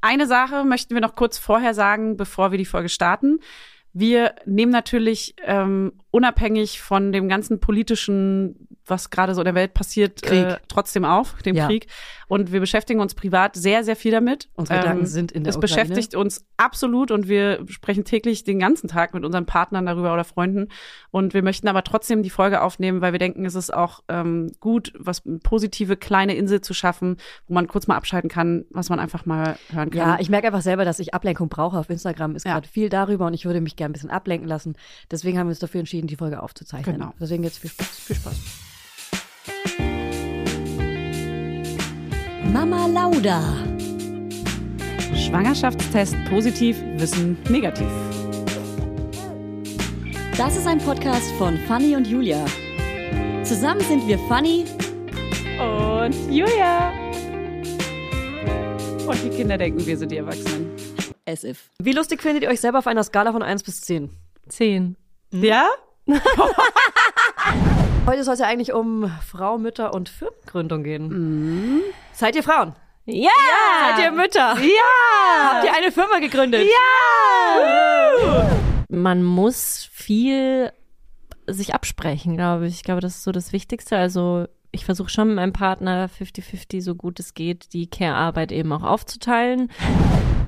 Eine Sache möchten wir noch kurz vorher sagen, bevor wir die Folge starten. Wir nehmen natürlich ähm, unabhängig von dem ganzen politischen, was gerade so in der Welt passiert, äh, trotzdem auf, dem Ja. Krieg. Und wir beschäftigen uns privat sehr, sehr viel damit. Ähm, Unsere Gedanken sind in der Es Ukraine. beschäftigt uns absolut und wir sprechen täglich den ganzen Tag mit unseren Partnern darüber oder Freunden. Und wir möchten aber trotzdem die Folge aufnehmen, weil wir denken, es ist auch ähm, gut, was eine positive kleine Insel zu schaffen, wo man kurz mal abschalten kann, was man einfach mal hören kann. Ja, ich merke einfach selber, dass ich Ablenkung brauche. Auf Instagram ist Ja. gerade viel darüber und ich würde mich gerne ein bisschen ablenken lassen. Deswegen haben wir uns dafür entschieden, die Folge aufzuzeichnen. Genau. Deswegen jetzt viel Spaß. Viel Spaß. Mama Lauda. Schwangerschaftstest positiv, Wissen negativ. Das ist ein Podcast von Fanny und Julia. Zusammen sind wir Fanny Und Julia. Und die Kinder denken, wir sind die Erwachsenen. as if. Wie lustig findet ihr euch selber auf einer Skala von 1 bis 10? Zehn. Ja? Heute soll es ja eigentlich um Frau, Mütter und Firmengründung gehen. Seid ihr Frauen? Ja! Seid ihr Mütter? Ja! Habt ihr eine Firma gegründet? Ja! Man muss viel sich absprechen, glaube ich. Ich glaube, das ist so das Wichtigste. Also ich versuche schon mit meinem Partner 50-50, so gut es geht, die Care-Arbeit eben auch aufzuteilen.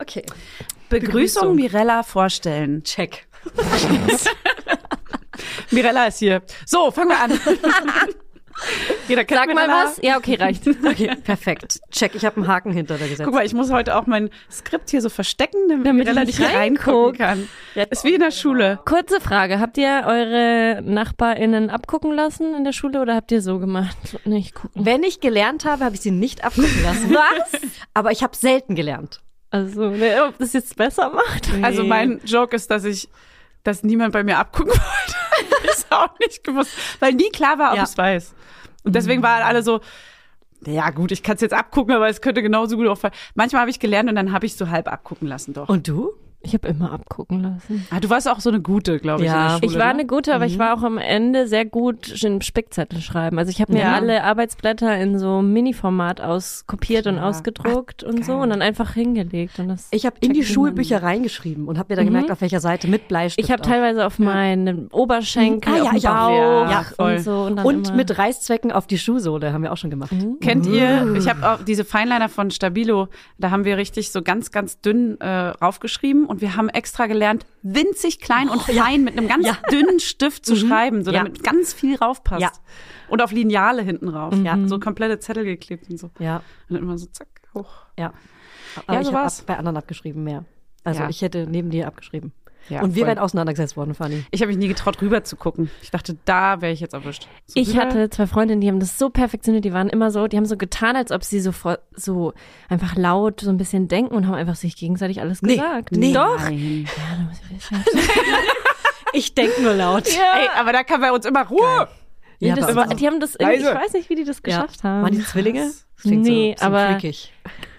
Okay. Begrüßung Mirella vorstellen. Check. Mirella ist hier. So, fangen wir an. Jeder kennt Sag mal Mirella. was. Ja, okay, reicht. Okay, perfekt. Check. Ich habe einen Haken hinter der gesetzt. Guck mal, ich muss heute auch mein Skript hier so verstecken, damit, Damit ich Mirella nicht nicht hier reingucken reinguck. oh kann. Ist wie in der Schule. Kurze Frage. Habt ihr eure NachbarInnen abgucken lassen in der Schule oder habt ihr so gemacht? Nicht gucken. Wenn ich gelernt habe, habe ich sie nicht abgucken lassen. Was? Aber ich habe selten gelernt. Also, ne, ob das jetzt besser macht? Also mein Joke ist, dass ich, dass niemand bei mir abgucken wollte. ist auch nicht gewusst, weil nie klar war, ob Ja. es weiß. Und Mhm. deswegen waren alle so, ja gut, ich kann es jetzt abgucken, aber es könnte genauso gut auch. ver- Manchmal habe ich gelernt und dann habe ich so halb abgucken lassen doch. Und du? Ich habe immer abgucken lassen. Ah, du warst auch so eine gute, glaube ich. Ja. in der Schule, Ich war ne? eine gute, aber Mhm. ich war auch am Ende sehr gut im Spickzettel schreiben. Also ich habe mir Ja. alle Arbeitsblätter in so Mini-Format auskopiert und ausgedruckt und so und dann einfach hingelegt. Und das Ich Mhm. habe in die checkt Schulbücher reingeschrieben und habe mir dann gemerkt, auf welcher Seite mit Bleistift. ich habe auch. teilweise auf meinen Oberschenkel, Ah, ja, auf den ich auch. Bauch Ja, voll. und so. Und, dann und Mhm. immer. mit Reißzwecken auf die Schuhsohle haben wir auch schon gemacht. Kennt Mm. ihr, ich habe auch diese Feinliner von Stabilo, da haben wir richtig so ganz, ganz dünn äh, raufgeschrieben und wir haben extra gelernt, winzig klein Oh, und fein mit einem ganz dünnen Stift zu schreiben, so Mhm. Ja. damit ganz viel raufpasst. Ja. Mhm. Und auf Lineale hinten rauf. Ja. So komplette Zettel geklebt und so. Ja, Und dann immer so zack, hoch. ja. Aber Ja, ich so habe war's. ab- bei anderen abgeschrieben mehr. Also Ja. ich hätte neben dir abgeschrieben. Ja, und wir voll. wären auseinandergesetzt worden, Fanny. Ich habe mich nie getraut, rüber zu gucken. Ich dachte, da wäre ich jetzt erwischt. So Ich rüber- hatte zwei Freundinnen, die haben das so perfektioniert, die waren immer so, die haben so getan, als ob sie so vor, so einfach laut so ein bisschen denken und haben einfach sich gegenseitig alles Nee, gesagt. nee. Doch. Nein. Ich denke nur laut. Ey, aber da kann bei uns immer Ruhe. Ja, das aber- war, die haben das irgendwie, ich Leise. weiß nicht, wie die das Ja. geschafft haben. Waren die Zwillinge? Das Nee, so ein bisschen aber- freakig.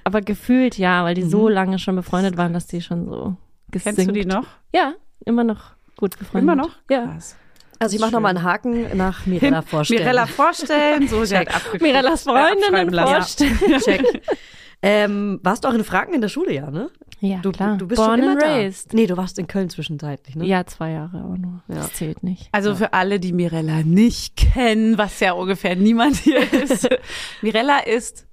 Aber gefühlt ja, weil die so lange schon befreundet waren, dass die schon so gesinkt. Mhm. Kennst du die noch? Ja, immer noch gut befreundet. Immer noch? Ja. Krass. Also ich mache nochmal einen Haken nach Mirella vorstellen. Mirella vorstellen, so sie hat abgeguckt. Mirellas Freundinnen Abschreiben lassen. vorstellen. Check. Ähm, warst du auch in Franken in der Schule, ja, ne? Ja, Du, klar. du bist Born schon immer and raised. da. Nee, du warst in Köln zwischenzeitlich, ne? Ja, zwei Jahre aber nur. Das zählt nicht. Also für alle, die Mirella nicht kennen, was ja ungefähr niemand hier ist. Mirella ist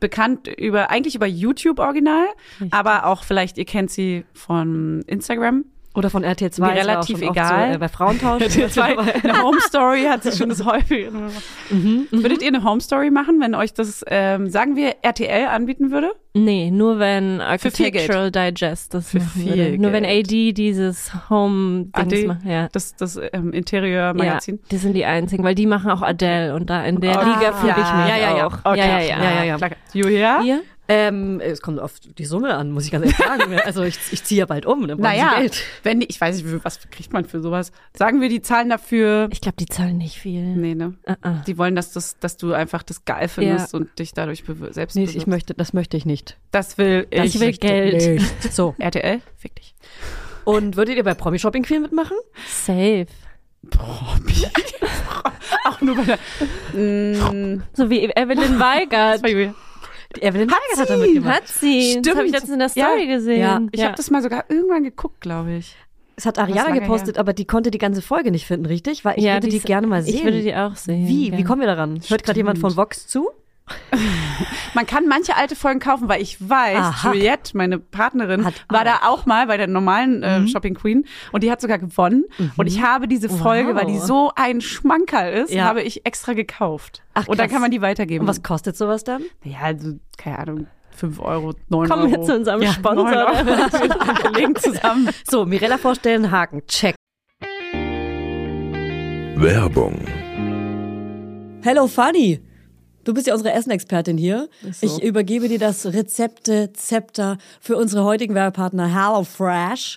bekannt über eigentlich über YouTube Original, aber auch vielleicht ihr kennt sie von Instagram. Oder von RTL 2. Mir das war auch relativ schon oft egal. So, äh, bei Frauentausch. Zwei, eine Home Story hat sie schon das häufig. Mhm, Würdet ihr eine Home Story machen, wenn euch das ähm, sagen wir RTL anbieten würde? Nee, nur viel wenn Geld. Architectural Digest das Für machen viel würde. Nur wenn Geld. AD dieses Home-Dings AD? macht. Ja. Das das ähm, Interior Magazin. Ja, die sind die einzigen, weil die machen auch Adele und da in der Ah, Liga fühle ich mich ja, ja, ja. auch. Okay. Ja, ja, ja. Ja, ja, ja. Klar. Julia? Ihr? ähm, es kommt auf die Summe an, muss ich ganz ehrlich sagen. Also ich, ich ziehe ja bald um, dann brauche Naja, ich Geld. wenn die, ich weiß nicht, wie- was kriegt man für sowas? Sagen wir die Zahlen dafür. Ich glaube, die zahlen nicht viel. Nee, ne? Ah, ah. Die wollen, dass, das, dass du einfach das geil findest und dich dadurch bewir- selbst Nee, bewirbst. ich möchte, das möchte ich nicht. das will ich. Ich will Geld. So. RTL? Fick dich. Und würdet ihr bei Promi Shopping viel mitmachen? Safe. Probi. Auch nur bei der... Mm, So wie Evelyn Weigert. das war Julia. Evelyn Weigert hat damit gemacht. Hat sie. Das Stimmt. habe ich letztens in der Story Ja. gesehen. Ja. Ich habe das mal sogar irgendwann geguckt, glaube ich. Es hat Das ist Ariana lange gepostet, aber die konnte die ganze Folge nicht finden, richtig? Weil ich Ja, würde die ist- gerne mal sehen. Ich würde die auch sehen. Wie? gerne. Wie kommen wir daran? Hört gerade jemand von Vox zu? Man kann manche alte Folgen kaufen, weil ich weiß, Aha. Juliette, meine Partnerin, Hat Mhm. war da auch mal bei der normalen äh, Shopping Queen und die hat sogar gewonnen. Und ich habe diese Folge, weil die so ein Schmankerl ist, Ja. habe ich extra gekauft. Ach, und dann krass. kann man die weitergeben. Und was kostet sowas dann? Ja, also, keine Ahnung, 5 Euro, 9 Kommen wir Euro. zu unserem Sponsor. Neun Euro. Wir legen zusammen. So, Mirella vorstellen, Haken, check. Werbung. Hello Fanny, du bist ja unsere Essenexpertin hier. Ich übergebe dir das Rezepte-Zepter für unsere heutigen Werbepartner HelloFresh.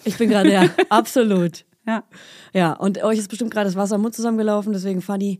ich bin gerade, ja, absolut. Ja. Ja, und euch ist bestimmt gerade das Wasser im Mund zusammengelaufen. Deswegen, Fanny,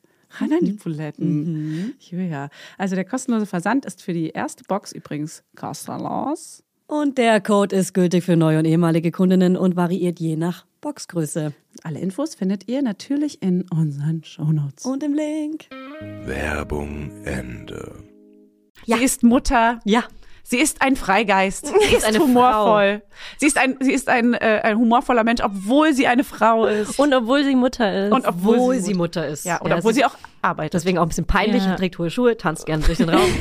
Ran Mhm. an die Buletten. Ja. Also der kostenlose Versand ist für die erste Box übrigens kostenlos. Und der Code ist gültig für neue und ehemalige Kundinnen und variiert je nach Boxgröße. Alle Infos findet ihr natürlich in unseren Shownotes. Und im Link. Werbung Ende. Sie ist Mutter. Ja. Sie ist ein Freigeist. Sie ist, eine humorvoll. Sie ist ein, sie ist ein, äh, ein humorvoller Mensch, obwohl sie eine Frau ist. Und obwohl sie Mutter ist. Und obwohl Obwohl sie sie Mutter ist. ja, oder es obwohl ist sie auch arbeitet. Deswegen auch ein bisschen peinlich, Ja. trägt hohe Schuhe, tanzt gerne durch den Raum.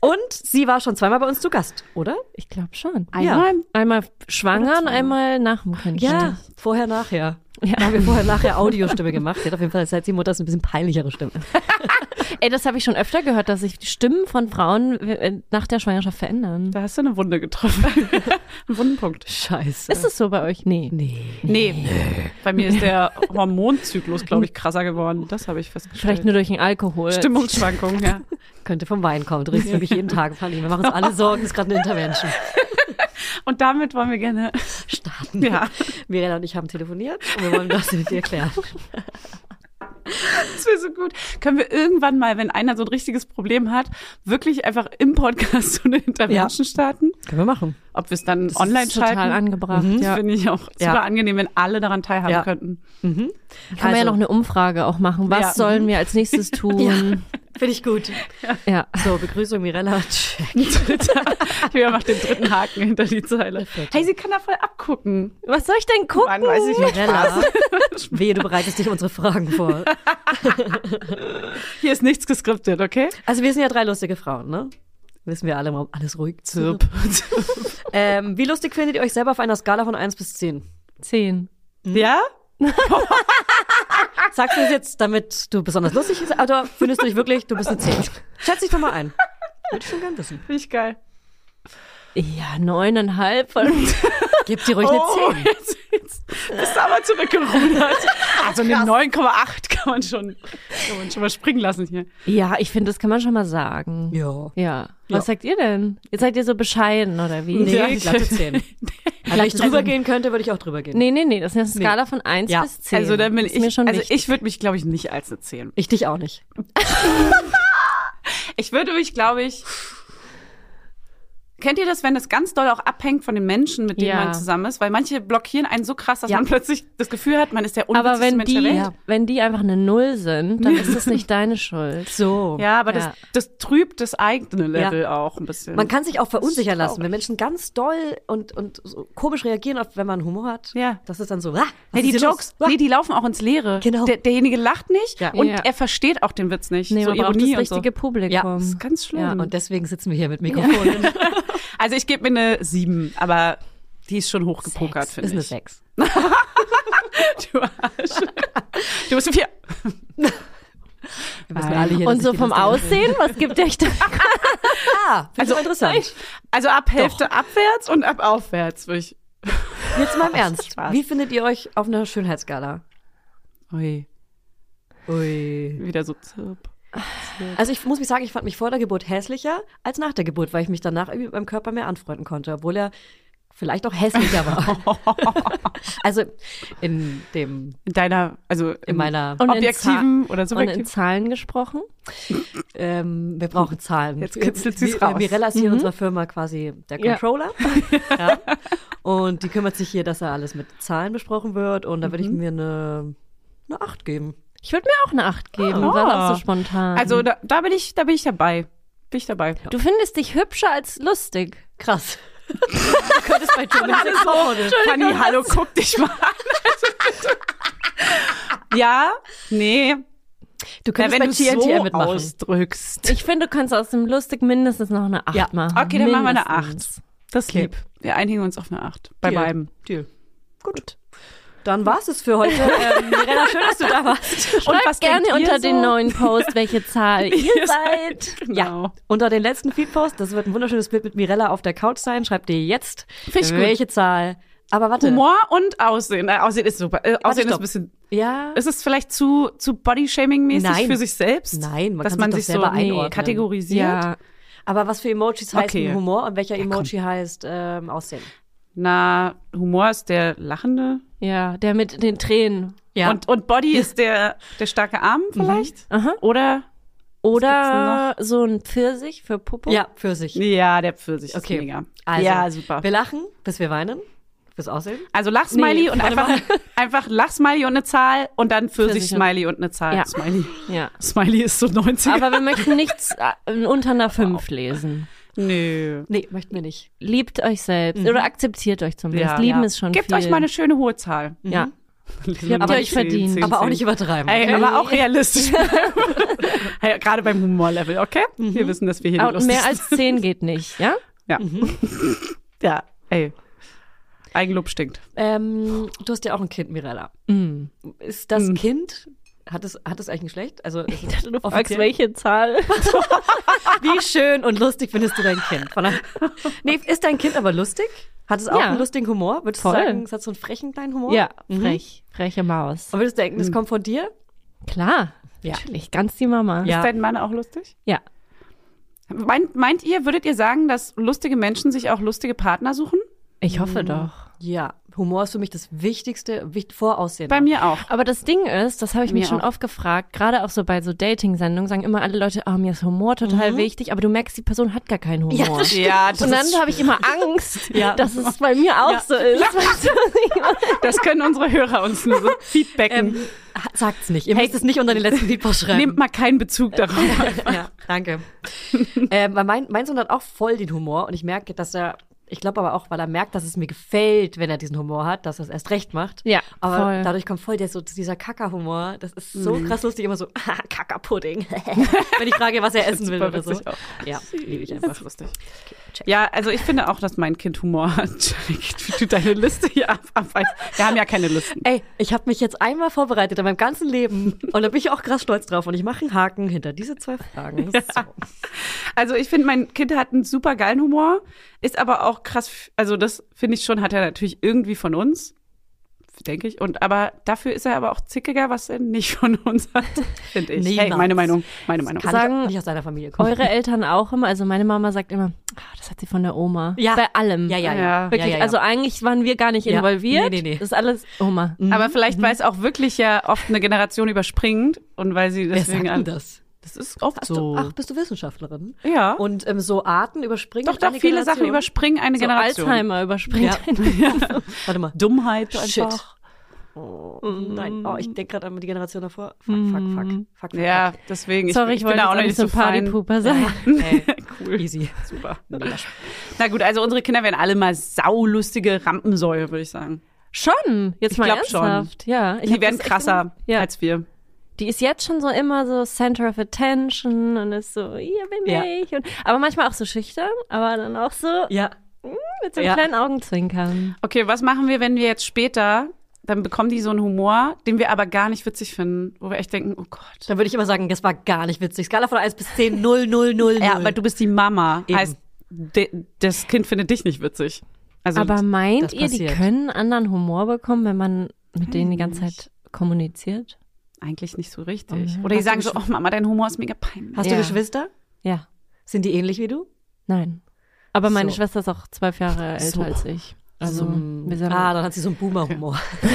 und sie war schon zweimal bei uns zu Gast, oder? ich glaube schon. Einmal. Einmal schwanger und einmal nach dem Kind. Vorher, nachher. Da haben wir vorher, nachher Audiostimme gemacht. Sie hat auf jeden Fall, seit sie Mutter ist, ein bisschen peinlichere Stimme. Ey, das habe ich schon öfter gehört, dass sich die Stimmen von Frauen äh, nach der Schwangerschaft verändern. Da hast du eine Wunde getroffen. Ein Wundenpunkt. Scheiße. Ist es so bei euch? Nee. Nee. Bei mir ist der Hormonzyklus, glaube ich, krasser geworden. Das habe ich festgestellt. Vielleicht nur durch den Alkohol. Stimmungsschwankungen, ja. Könnte vom Wein kommen. Du redest wirklich jeden Tag, Fanny. Wir machen uns alle Sorgen. Ist gerade eine Intervention. Und damit wollen wir gerne Starten. Ja. Mirella und ich haben telefoniert und wir wollen das mit dir klären. Das wäre so gut. Können wir irgendwann mal, wenn einer so ein richtiges Problem hat, wirklich einfach im Podcast so eine Intervention starten? Können wir machen. Ob wir es dann Das online ist schalten? total angebracht. Das Ja. finde ich auch Hm? Ja. super angenehm, wenn alle daran teilhaben Ja. könnten. Kann man ja Also- noch eine Umfrage auch machen. Was Ja. sollen wir als nächstes tun? Finde ich gut. Ja. So, Begrüßung Mirella. Dritter. Julia macht den dritten Haken hinter die Zeile. Hey, sie kann da voll abgucken. Was soll ich denn gucken? Mann, weiß ich nicht. Mirella, wehe, du bereitest dich unsere Fragen vor. Hier ist nichts geskriptet, okay? Also wir sind ja drei lustige Frauen, ne? Wissen wir alle mal, alles ruhig. Zirp. ähm, wie lustig findet ihr euch selber auf einer Skala von 1 bis 10? Zehn. Hm. Ja? Sagst du das jetzt, damit du besonders lustig bist? Oder findest du dich wirklich, du bist eine 10? Schätz dich doch mal ein. Würde ich schon gern wissen. Finde ich geil. Ja, neuneinhalb von Gib dir ruhig eine 10. jetzt, jetzt bist du aber zurückgerudert. Ah, Also eine 9,8 kann man schon, kann man schon mal springen lassen hier. Ja, ich finde, das kann man schon mal sagen. Ja. Ja. Was sagt ihr denn? Jetzt seid ihr so bescheiden, oder wie? Nee, Ja. glatte 10. Wenn ich drüber gehen könnte, würde ich auch drüber gehen. Nee, nee, nee, das ist eine Skala von eins Ja. bis zehn. Also dann bin ist ich, mir schon also wichtig. ich würde mich, glaube ich, nicht als eine 10. Ich dich auch nicht. Ich würde mich, glaube ich. Kennt ihr das, wenn das ganz doll auch abhängt von den Menschen, mit denen Ja. man zusammen ist? Weil manche blockieren einen so krass, dass Ja. man plötzlich das Gefühl hat, man ist der aber unwitzigste wenn Mensch die, der Welt. wenn die einfach eine Null sind, dann ist das nicht deine Schuld. So. Ja, aber Ja. Das, das trübt das eigene Level auch ein bisschen. Man kann sich auch verunsichern Das ist lassen, wenn Menschen ganz doll und, und so komisch reagieren, auf, wenn man Humor hat. Ja. Das ist dann so, ah, was Nee, ist die hier Jokes, los? Ah. nee, die laufen auch ins Leere. Genau. Der, derjenige lacht nicht Ja. und Ja. er versteht auch den Witz nicht. Nee, so man braucht Ironie das und so. richtige Publikum. Ja, das Das ist ganz schlimm. Ja, und deswegen sitzen wir hier mit Mikrofonen. also ich gebe mir eine 7, aber die ist schon hochgepokert, ist finde eine ich. Sex. Du Arsch. Du bist eine 4. Wir müssen alle hier, Und dass so ich vom das- Aussehen, was gibt euch da? Ah, also interessant. Also ab Hälfte abwärts und ab aufwärts würde ich. Jetzt mal im Ernst. Spaß. Wie findet ihr euch auf einer Schönheitsskala? Ui, Ui. wieder so zirp. Also ich muss mich sagen, ich fand mich vor der Geburt hässlicher als nach der Geburt, weil ich mich danach irgendwie mit meinem Körper mehr anfreunden konnte, obwohl er vielleicht auch hässlicher war. also in dem In deiner, also in, meiner- Und in objektiven oder Za- Und in subjektiven. Zahlen gesprochen? Ähm, wir brauchen Zahlen. Jetzt kitzelt sie's Mi- raus. Mhm. Mirella ist hier in unserer Firma quasi der Ja. Controller. ja. Und die kümmert sich hier, dass da alles mit Zahlen besprochen wird. Und da würde ich Mhm. mir eine, eine 8 geben. Ich würde mir auch eine Acht geben, Ah. war auch so spontan. Also da, da bin ich, da bin ich dabei. Bin ich dabei. Äh, du findest dich hübscher als lustig. Krass. du könntest bei Thomas so. Fanny, hallo, guck dich mal an. ja, nee. Du Na, könntest wenn bei du TNT so mitmachen. ausdrückst. Ich finde, du kannst aus dem lustig mindestens noch eine Acht Ja. machen. Okay, dann machen wir eine Mindestens. Das Okay. lieb. Wir einigen uns auf eine 8. Bei Deal. beiden. Deal. Gut. Dann war's es für heute. ähm, Mirella, schön, dass du da warst. Schreibt was denkt gerne ihr unter den so? neuen Post, welche Zahl ihr seid. Genau. Unter den letzten Feedpost, das wird ein wunderschönes Bild mit Mirella auf der Couch sein. Schreibt dir jetzt, ich gut. welche Zahl. Aber warte. Humor und Aussehen. Äh, Aussehen ist super. Äh, Aussehen ist stopp. ein bisschen. Ja. Ist es vielleicht zu, zu Body-Shaming-mäßig Nein. für sich selbst? Nein, man dass kann man sich sich, doch selber so einordnen. kategorisiert. Aber was für Emojis Okay. heißen Humor und welcher Emoji heißt ähm, Aussehen? Na, Humor ist der Lachende. Ja, der mit den Tränen. Ja. Mhm. Und, und Body ist der, der starke Arm vielleicht? Aha. Oder? Oder so ein Pfirsich für Popo. ja, für sich. Ja, der Pfirsich Okay. ist mega. Also, ja, super. Wir lachen, bis wir weinen, fürs Aussehen. Also Lachsmiley Nee, und einfach, einfach Lachsmiley und eine Zahl und dann Pfirsich und- Pfirsich-Smiley und eine Zahl. Ja. Smiley. ja. Smiley ist so 90. Aber wir möchten nichts äh, unter einer 5 lesen. Nö. Nee, möchten wir nicht. Liebt euch selbst oder akzeptiert euch zumindest. Mhm. Ja. Lieben Ja. ist schon Gebt viel. euch mal eine Mhm. schöne hohe Zahl. Ja. Habt ihr euch verdient. Aber auch nicht übertreiben. Ey, aber auch realistisch. hey, gerade beim Humorlevel, okay? Wir wissen, dass wir hier die Aber mehr lustigsten- als 10 geht nicht, ja? Ja. ja, ey. Eigenlob stinkt. Ähm, du hast ja auch ein Kind, Mirella. Mm. Ist das Kind, hat es, hat es eigentlich ein Geschlecht? Also, ist es offiziell? welche Zahl? wie schön und lustig findest du dein Kind? Von der- nee, ist dein Kind aber lustig? Hat es auch Ja. einen lustigen Humor? Würdest Voll. du sagen, es hat so einen frechen kleinen Humor? Ja, Mhm. frech. Freche Maus. Und würdest du denken, das kommt von dir? Klar. Ja. Natürlich, ganz die Mama. Ja. Ist dein Mann auch lustig? Ja. Meint, meint ihr, würdet ihr sagen, dass lustige Menschen sich auch lustige Partner suchen? Mhm. Ich hoffe doch. Ja, Humor ist für mich das Wichtigste, wicht, Voraussehen. Bei mir auch. Aber das Ding ist, das habe ich Mir mich schon auch. oft gefragt, gerade auch so bei so Dating-Sendungen sagen immer alle Leute, oh, mir ist Humor total wichtig, aber du merkst, die Person hat gar keinen Humor. Mhm. Ja, das stimmt. Ja, das, Und dann ist, habe ich immer Angst, Ja. dass es bei mir auch so ist. Weißt du, was ich meine? das können unsere Hörer uns nur so feedbacken. Ähm, ha- sagt's nicht. Ihr müsst es nicht unter den letzten Liedpost schreiben. Nehmt mal keinen Bezug darauf. ja, danke. ähm, weil mein, mein Sohn hat auch voll den Humor und ich merke, dass er, ich glaube aber auch, weil er merkt, dass es mir gefällt, wenn er diesen Humor hat, dass er es erst recht macht. Ja, aber voll. dadurch kommt voll der, so, dieser Kackerhumor. Das ist so Mhm. krass lustig, immer so, "Ah, Kackerpudding. wenn ich frage, was er essen will Super oder so. witzig auch. Ja, liebe ich Das einfach. ist lustig. Ja, also ich finde auch, dass mein Kind Humor hat. Checkt, wie du deine Liste hier ab- abweist. Wir haben ja keine Listen. Ey, ich habe mich jetzt einmal vorbereitet in meinem ganzen Leben und da bin ich auch krass stolz drauf und ich mache einen Haken hinter diese zwei Fragen. So. Also ich finde, mein Kind hat einen super geilen Humor, ist aber auch krass, f- also das finde ich schon, hat er natürlich irgendwie von uns, denke ich. Und aber dafür ist er aber auch zickiger, was er nicht von uns hat, finde ich. Hey, Niemals. meine Meinung, meine Meinung. Kann Sagen- ich nicht aus deiner Familie kommen. Eure Eltern auch immer, also meine Mama sagt immer, ah, das hat sie von der Oma. Bei allem. Ja, ja, ja. Ja. Wirklich, ja, ja, ja. also eigentlich waren wir gar nicht Ja. involviert. Nee, nee, nee. Das ist alles Oma. Aber mhm. vielleicht, weil es auch wirklich ja oft eine Generation überspringt und weil sie Wer deswegen sagt denn an- das? Das ist oft Hast so. du, halt ach, bist du Wissenschaftlerin? Ja. Und ähm, so Arten überspringen. doch, doch, eine viele Generation? Sachen überspringen eine So Generation. Alzheimer überspringt. Ja. Warte mal. Dummheit Shit. einfach. Oh, nein, oh, ich denke gerade an die Generation davor. Fuck, fuck, fuck, fuck, fuck. Mhm. Ja, deswegen. Sorry, ich, bin wollte da jetzt auch noch nicht so ein fein. Partypooper sein. fuck. Ey, Cool. easy. Super. Na gut, also unsere Kinder werden alle mal saulustige Rampensäue, würde ich sagen. Schon, jetzt Ich mal glaub schon. ernsthaft. Ja, ich Die hab werden das echt krasser immer- ja. als wir. Die ist jetzt schon so immer so Center of Attention und ist so, hier bin Ja. ich. Und, aber manchmal auch so schüchtern, aber dann auch so Ja. mit so einem Ja. kleinen Augenzwinkern. Okay, was machen wir, wenn wir jetzt später, dann bekommen die so einen Humor, den wir aber gar nicht witzig finden, wo wir echt denken, oh Gott. Dann würde ich immer sagen, das war gar nicht witzig. Skala von 1 bis 10, 0, 0, 0, Ja, weil du bist die Mama. Eben. Heißt, de, das Kind findet dich nicht witzig. Also, Aber meint das ihr, die passiert. können anderen Humor bekommen, wenn man mit denen die ganze Zeit kommuniziert? eigentlich nicht so richtig. Mhm. Oder die Hast sagen du so, oh schon- Mama, dein Humor ist mega peinlich. Hast Ja. du Geschwister? Ja, Sind die ähnlich wie du? nein. Aber meine So. Schwester ist auch zwölf Jahre älter So. als ich. Also, Also, wir sind ah, dann hat sie so einen Boomer-Humor.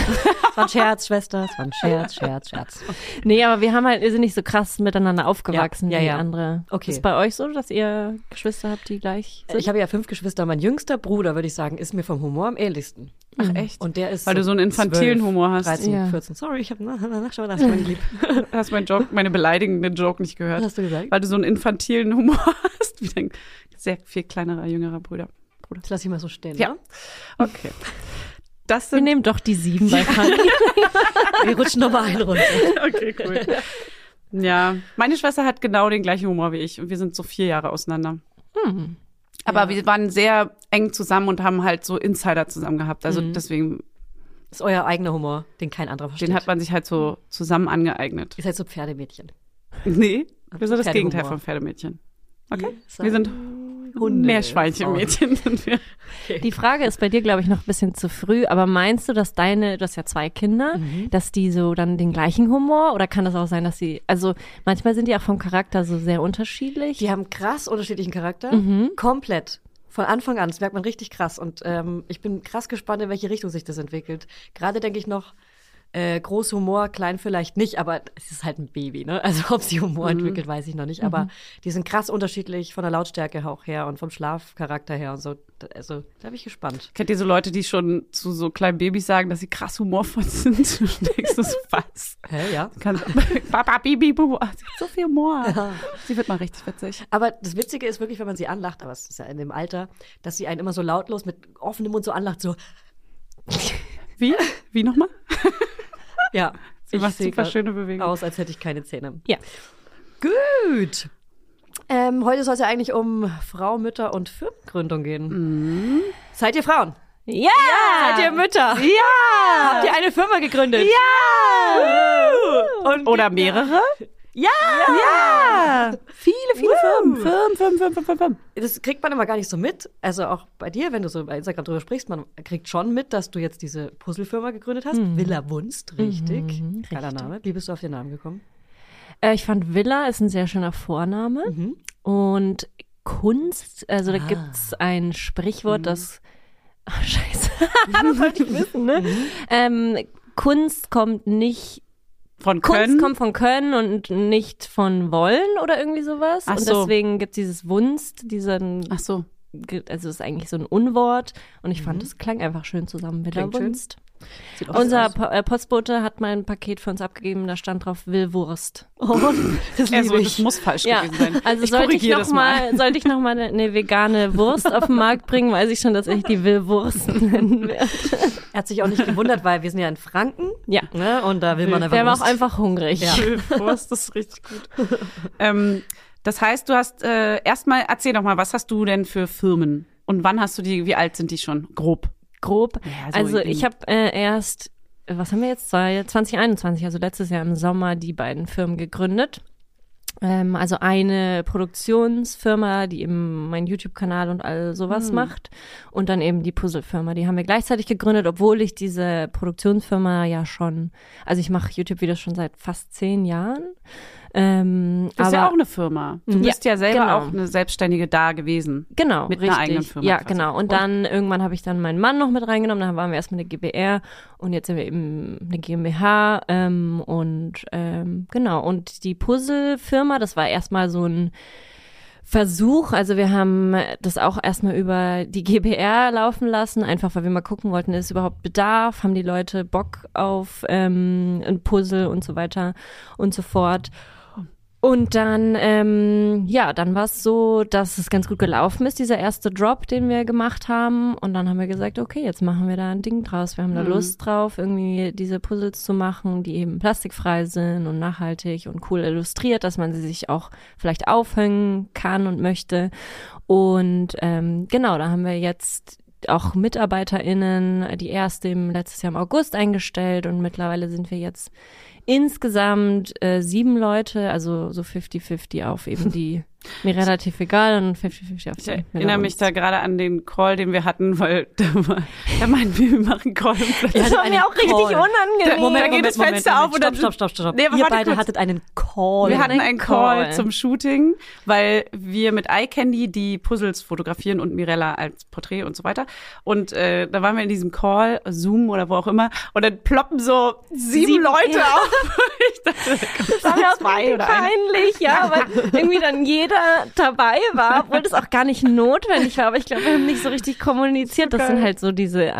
Es war ein Scherz, Schwester. Es war ein Scherz, Scherz, Scherz. Nee, aber wir haben halt, wir sind nicht so krass miteinander aufgewachsen Ja, ja, wie ja. andere. Okay. Ist bei euch so, dass ihr Geschwister habt, die gleich sind? Ich habe ja fünf Geschwister. Mein jüngster Bruder, würde ich sagen, ist mir vom Humor am ähnlichsten. Ach echt? Und der ist. Weil du so einen infantilen 12, Humor hast. 13, Ja. 14. Sorry, ich habe nachschau, nachschau, mein Lieb. Hast meinen Joke, meine beleidigenden Joke nicht gehört. Was hast du gesagt? weil du so einen infantilen Humor hast, wie dein sehr viel kleinerer, jüngerer Bruder. Das lasse ich mal so stehen. Ja. Ne? Okay. Das wir sind, nehmen doch die sieben bei Frank. Wir rutschen nochmal einen runter. okay, cool. Ja, meine Schwester hat genau den gleichen Humor wie ich und wir sind so vier Jahre auseinander. Hm. Aber wir waren sehr eng zusammen und haben halt so Insider zusammen gehabt. Also deswegen, Das ist euer eigener Humor, den kein anderer versteht. den hat man sich halt so zusammen angeeignet. Ihr seid so Pferdemädchen. Nee, wir sind das Pferdehumor. Gegenteil von Pferdemädchen. Okay? seid Wir sind Hunde. Meerschweinchenmädchen sind wir. Die Frage ist bei dir, glaube ich, noch ein bisschen zu früh, aber meinst du, dass deine, du hast ja zwei Kinder, dass die so dann den gleichen Humor oder kann das auch sein, dass sie, also manchmal sind die auch vom Charakter so sehr unterschiedlich? Die haben krass unterschiedlichen Charakter. Mhm. Komplett. Von Anfang an. Das merkt man richtig krass. Und ähm, ich bin krass gespannt, in welche Richtung sich das entwickelt. Gerade denke ich noch, äh, groß Humor, klein vielleicht nicht, aber es ist halt ein Baby, ne? Also ob sie Mhm. Humor entwickelt, weiß ich noch nicht. Aber die sind krass unterschiedlich von der Lautstärke auch her und vom Schlafcharakter her und so. D- Also da bin ich gespannt. Kennt ihr so Leute, die schon zu so kleinen Babys sagen, dass sie krass humorvoll sind? Und denkst du so, was? Hä, ja? Kann, Papa, Bibi, Bubu, ah, sie hat so viel Humor. Sie wird mal richtig witzig. Aber das Witzige ist wirklich, wenn man sie anlacht, aber es ist ja in dem Alter, dass sie einen immer so lautlos mit offenem Mund so anlacht, so, Wie? Wie nochmal? ja. Sie macht seh super grad schöne Bewegungen. Aus, als hätte ich keine Zähne. Ja. Gut. Ähm, heute soll es ja eigentlich um Frau, Mütter und Firmengründung gehen. Mhm. Seid ihr Frauen? Ja! Seid ihr Mütter? Ja! Habt ihr eine Firma gegründet? Ja! Oder mehrere? Ja! Ja! Viele, viele Firmen. Firmen, Firmen, Firmen, Firmen, Firmen. Das kriegt man immer gar nicht so mit. Also auch bei dir, wenn du so bei Instagram drüber sprichst, man kriegt schon mit, dass du jetzt diese Puzzlefirma gegründet hast. Villa Wunst, Mhm. richtig. Geiler Name. Wie bist du auf den Namen gekommen? Äh, ich fand Villa ist ein sehr schöner Vorname. Und Kunst, also da gibt's ein Sprichwort, das Ah, scheiße. das wollte ich wissen, ne? ähm, Kunst kommt nicht, Von Kunst Können. kommt von Können und nicht von Wollen oder irgendwie sowas. Ach und so. deswegen gibt es dieses Wunst, diesen, Ach so. ge- also ist eigentlich so ein Unwort. Und ich Mhm. fand, das klang einfach schön zusammen mit Klingt der schön. Wunst. Sieht auch so Unser aus. Po- äh, Postbote hat mal ein Paket für uns abgegeben, da stand drauf Willwurst. das liebe Also, das ich. muss falsch Oh, gewesen sein. Also ich sollte, ich korrigiere noch das mal. mal, sollte ich noch mal eine, eine vegane Wurst auf den Markt bringen, weiß ich schon, dass ich die Willwurst nennen werde. Er hat sich auch nicht gewundert, weil wir sind ja in Franken. Ja. Ne? Und da will man einfach. Der war auch Wurst. einfach hungrig. Ja. Wurst ist richtig gut. ähm, das heißt, du hast äh, erstmal, erzähl doch mal, was hast du denn für Firmen? Und wann hast du die, wie alt sind die schon? Grob. Grob. Ja, so also in- ich habe äh, erst, äh, was haben wir jetzt? Zwei- 2021, also letztes Jahr im Sommer, die beiden Firmen gegründet. Ähm, also eine Produktionsfirma, die eben meinen YouTube-Kanal und all sowas Hm. macht. Und dann eben die Puzzle-Firma. Die haben wir gleichzeitig gegründet, obwohl ich diese Produktionsfirma ja schon, also ich mache YouTube-Videos schon seit fast zehn Jahren. Ähm, Du bist aber ja auch eine Firma. Du Ja, bist ja selber genau. auch eine Selbstständige da gewesen. Genau, Mit einer richtig. eigenen Firma Ja, quasi. genau. Und dann irgendwann habe ich dann meinen Mann noch mit reingenommen. Dann waren wir erstmal eine GBR und jetzt sind wir eben eine GmbH. Ähm, und ähm, genau. Und die Puzzle-Firma, das war erstmal so ein Versuch. Also wir haben das auch erstmal über die GBR laufen lassen, einfach weil wir mal gucken wollten, ist überhaupt Bedarf, haben die Leute Bock auf ähm, ein Puzzle und so weiter und so fort. Und dann, ähm, ja, dann war es so, dass es ganz gut gelaufen ist, dieser erste Drop, den wir gemacht haben. Und dann haben wir gesagt, okay, jetzt machen wir da ein Ding draus. Wir haben da Lust drauf, irgendwie diese Puzzles zu machen, die eben plastikfrei sind und nachhaltig und cool illustriert, dass man sie sich auch vielleicht aufhängen kann und möchte. Und ähm, genau, da haben wir jetzt auch MitarbeiterInnen, die erste im letztes Jahr im August eingestellt und mittlerweile sind wir jetzt insgesamt äh, sieben Leute, also so 50-50 auf eben die, mir relativ egal und 50-50 auf die. Ich erinnere mich da gerade an den Call, den wir hatten, weil da, war, da meinten wir, wir machen einen Call. Und plötzlich- Ihr hattet einen Call. unangenehm. Moment, Da geht das Fenster auf und dann- Stopp, stopp, stopp, stopp. Nee, aber Ihr warte beide kurz. hattet einen Call. wir hatten einen einen Call, Call. zum Shooting, weil wir mit iCandy die Puzzles fotografieren und Mirella als Porträt und so weiter. Und äh, da waren wir in diesem Call, Zoom oder wo auch immer, und dann ploppen so sieben, Leute auf. ich dachte, das war mir auch zwei richtig oder eine. peinlich, ja, weil irgendwie dann jeder dabei war, obwohl das auch gar nicht notwendig war, aber ich glaube, wir haben nicht so richtig kommuniziert. Das sind halt so diese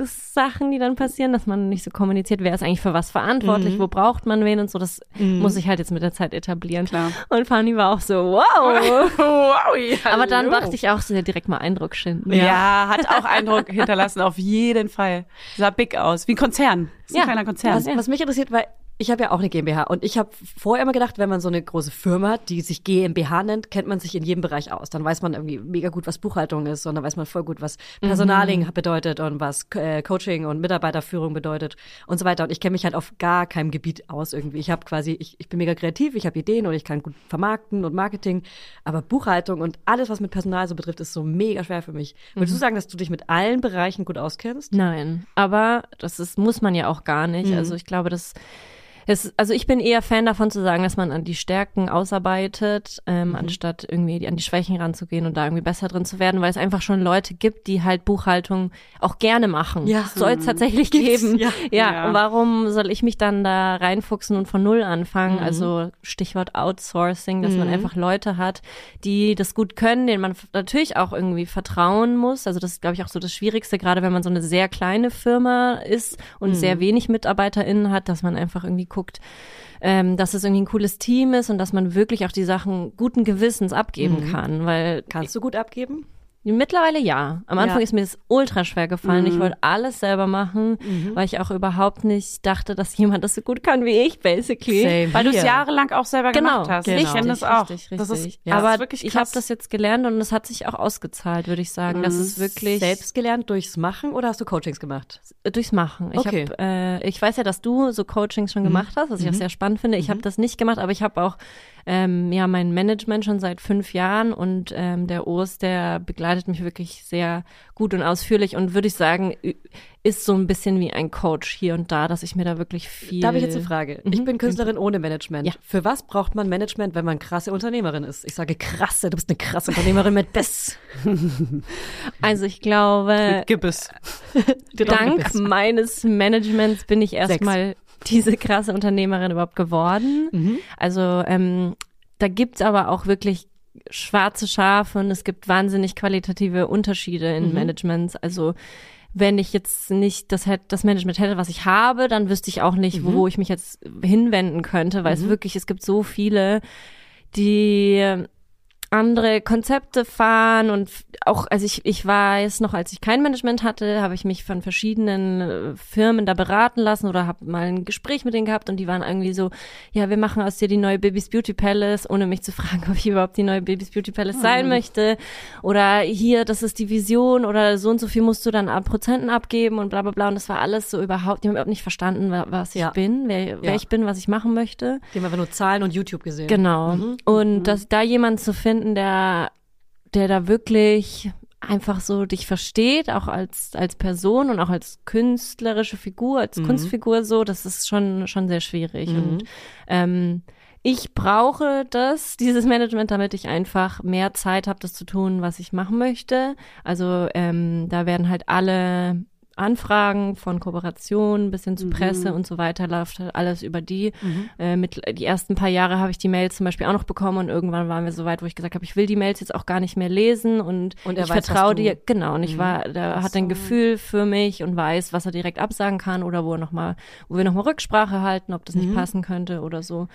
Anfangssachen, die dann passieren, dass man nicht so kommuniziert, wer ist eigentlich für was Mhm. verantwortlich, wo braucht man wen und so, das muss ich halt jetzt mit der Zeit etablieren. Klar. Und Fanny war auch so, wow. Wow, Oh. Aber dann dachte ich auch so, ja, direkt mal Eindruck schinden. Ja. hat auch Eindruck hinterlassen, auf jeden Fall. Sah big aus, wie ein Konzern. Ist Ja. ein kleiner Konzern. Was, was mich interessiert, weil ich habe ja auch eine GmbH und ich habe vorher immer gedacht, wenn man so eine große Firma hat, die sich GmbH nennt, kennt man sich in jedem Bereich aus. Dann weiß man irgendwie mega gut, was Buchhaltung ist und dann weiß man voll gut, was Mhm. Personaling bedeutet und was äh, Coaching und Mitarbeiterführung bedeutet und so weiter. Und ich kenne mich halt auf gar keinem Gebiet aus irgendwie. Ich habe quasi, ich, ich bin mega kreativ, ich habe Ideen und ich kann gut vermarkten und Marketing, aber Buchhaltung und alles, was mit Personal so betrifft, ist so mega schwer für mich. Würdest Mhm. du sagen, dass du dich mit allen Bereichen gut auskennst? Nein, aber das ist, muss man ja auch gar nicht. Mhm. Also ich glaube, das es, also ich bin eher Fan davon zu sagen, dass man an die Stärken ausarbeitet, ähm, Mhm. anstatt irgendwie die, an die Schwächen ranzugehen und da irgendwie besser drin zu werden, weil es einfach schon Leute gibt, die halt Buchhaltung auch gerne machen. Ja. Mhm. Soll es tatsächlich Gibt's, geben. ja. Ja. ja, und warum soll ich mich dann da reinfuchsen und von null anfangen? Also Stichwort Outsourcing, dass man einfach Leute hat, die das gut können, denen man f- natürlich auch irgendwie vertrauen muss. Also das ist, glaube ich, auch so das Schwierigste, gerade wenn man so eine sehr kleine Firma ist und sehr wenig MitarbeiterInnen hat, dass man einfach irgendwie guckt, ähm, dass es irgendwie ein cooles Team ist und dass man wirklich auch die Sachen guten Gewissens abgeben Mhm. kann, weil Kannst du gut abgeben? Mittlerweile ja. Am Anfang ist mir das ultra schwer gefallen. Mhm. Ich wollte alles selber machen, weil ich auch überhaupt nicht dachte, dass jemand das so gut kann wie ich, basically. Same. Weil du es Hier. jahrelang auch selber Genau, gemacht hast. Ich richtig, kenne das auch. Richtig, richtig. Das ist, ja. das Aber ist wirklich ich habe krass. Mhm. das jetzt gelernt und es hat sich auch ausgezahlt, würde ich sagen. Also Das ist wirklich Selbst gelernt durchs Machen oder hast du Coachings gemacht? durchs Machen. Ich, Okay. Mhm. hab, äh, ich weiß ja, dass du so Coachings schon gemacht hast, was ich auch sehr spannend finde. Ich habe das nicht gemacht, aber ich habe auch ähm, ja mein Management schon seit fünf Jahren und ähm, der Urs, der begleitet mich wirklich sehr gut und ausführlich und würde ich sagen, ü- ist so ein bisschen wie ein Coach hier und da, dass ich mir da wirklich viel. Da habe ich jetzt eine Frage. Ich bin Künstlerin ohne Management. Ja. Für was braucht man Management, wenn man krasse Unternehmerin ist? Ich sage krasse, du bist eine krasse Unternehmerin mit Biss. Also ich glaube, Mit Gebiss. Die hat auch dank Gebiss. meines Managements bin ich Sechs. erstmal diese krasse Unternehmerin überhaupt geworden. Also ähm, da gibt's aber auch wirklich schwarze Schafe und es gibt wahnsinnig qualitative Unterschiede in Managements. Also wenn ich jetzt nicht das, hätt- das Management hätte, was ich habe, dann wüsste ich auch nicht, wo ich mich jetzt hinwenden könnte, weil es wirklich, es gibt so viele, die andere Konzepte fahren und f- auch, also ich, ich weiß noch, als ich kein Management hatte, habe ich mich von verschiedenen äh, Firmen da beraten lassen oder habe mal ein Gespräch mit denen gehabt und die waren irgendwie so, ja, wir machen aus dir die neue Baby's Beauty Palace, ohne mich zu fragen, ob ich überhaupt die neue Baby's Beauty Ah, Palace sein möchte oder hier, das ist die Vision oder so und so viel musst du dann an Prozenten abgeben und bla bla bla und das war alles so überhaupt, die haben überhaupt nicht verstanden, wa- was ich Ja. bin, wer, wer Ja. ich bin, was ich machen möchte. Die haben einfach nur Zahlen und YouTube gesehen. Genau. Und dass da jemand zu finden, der, der da wirklich einfach so dich versteht, auch als, als Person und auch als künstlerische Figur, als Kunstfigur so, das ist schon, schon sehr schwierig. Und ähm, ich brauche das, dieses Management, damit ich einfach mehr Zeit habe, das zu tun, was ich machen möchte. Also ähm, da werden halt alle Anfragen von Kooperationen bis Mhm. hin zu Presse und so weiter läuft halt alles über die. Äh, mit, die ersten paar Jahre habe ich die Mails zum Beispiel auch noch bekommen und irgendwann waren wir so weit, wo ich gesagt habe, ich will die Mails jetzt auch gar nicht mehr lesen und, Und er ich weiß, was vertraue du- dir. Genau, und Mhm. ich war, der hat ein Gefühl für mich und weiß, was er direkt absagen kann oder wo er noch mal, wo wir nochmal Rücksprache halten, ob das Mhm. nicht passen könnte oder so.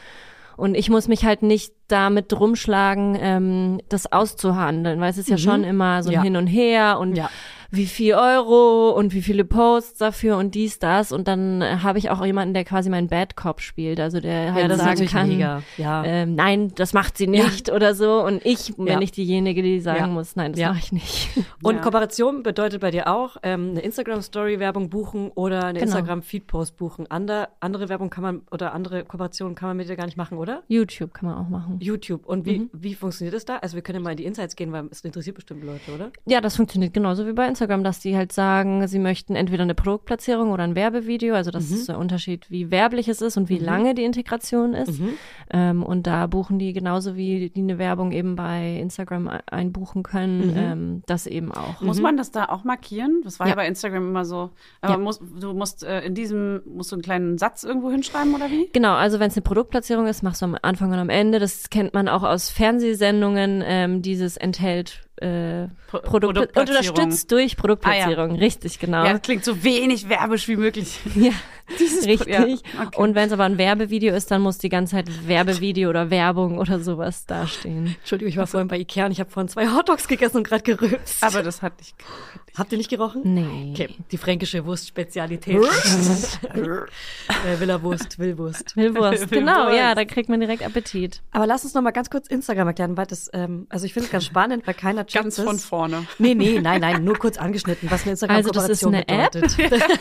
Und ich muss mich halt nicht damit rumschlagen, ähm, das auszuhandeln, weil es ist ja schon immer so ein Mhm. Ja. Hin und Her und Ja. wie viel Euro und wie viele Posts dafür und dies, das. Und dann äh, habe ich auch jemanden, der quasi meinen Bad Cop spielt, also der halt das ist sagen natürlich kann, mega. Ja. ähm, nein, das macht sie nicht oder so. Und ich bin Ja. nicht diejenige, die sagen Ja. muss, nein, das Ja. mache ich nicht. Und Kooperation bedeutet bei dir auch ähm, eine Instagram-Story-Werbung buchen oder eine Genau. Instagram-Feed-Post buchen. Ander, andere Werbung kann man oder andere Kooperationen kann man mit dir gar nicht machen, oder? YouTube kann man auch machen. YouTube. Und wie, wie funktioniert das da? Also wir können ja mal in die Insights gehen, weil es interessiert bestimmt Leute, oder? Ja, das funktioniert genauso wie bei Instagram, dass die halt sagen, sie möchten entweder eine Produktplatzierung oder ein Werbevideo. Also Mhm. das ist der Unterschied, wie werblich es ist und wie lange die Integration ist. Mhm. Ähm, und da buchen die genauso wie die eine Werbung eben bei Instagram e- einbuchen können, Mhm. ähm, das eben auch. Muss man das da auch markieren? Das war ja, Ja. bei Instagram immer so. Aber Ja. musst, du musst äh, in diesem, musst du einen kleinen Satz irgendwo hinschreiben oder wie? Genau, also wenn es eine Produktplatzierung ist, machst du am Anfang und am Ende. Das kennt man auch aus Fernsehsendungen. Ähm, dieses enthält äh, Pro- Produkt Produktplatzierung. Ah, unterstützt durch Produktplatzierung. Richtig, genau. Ja, das klingt so wenig werbisch wie möglich. Ja, richtig. ja, okay. Und wenn es aber ein Werbevideo ist, dann muss die ganze Zeit Werbevideo oder Werbung oder sowas dastehen. Entschuldigung, ich war vorhin bei Ikea und ich habe vorhin zwei Hotdogs gegessen und gerade gerülpst. Aber das hat nicht. Habt ihr nicht gerochen? Nee. Okay, die fränkische Wurstspezialität. äh, Villa Wurst, Willwurst. Willwurst, genau, Willwurst. ja, da kriegt man direkt Appetit. Aber lass uns noch mal ganz kurz Instagram erklären, weil das, ähm, also ich finde es ganz spannend, weil keiner checkt Ganz es. von vorne. Nee, nee, nein, nein, nur kurz angeschnitten, was eine Also das ist Instagram-Kooperation eine App. Genau, bedeutet.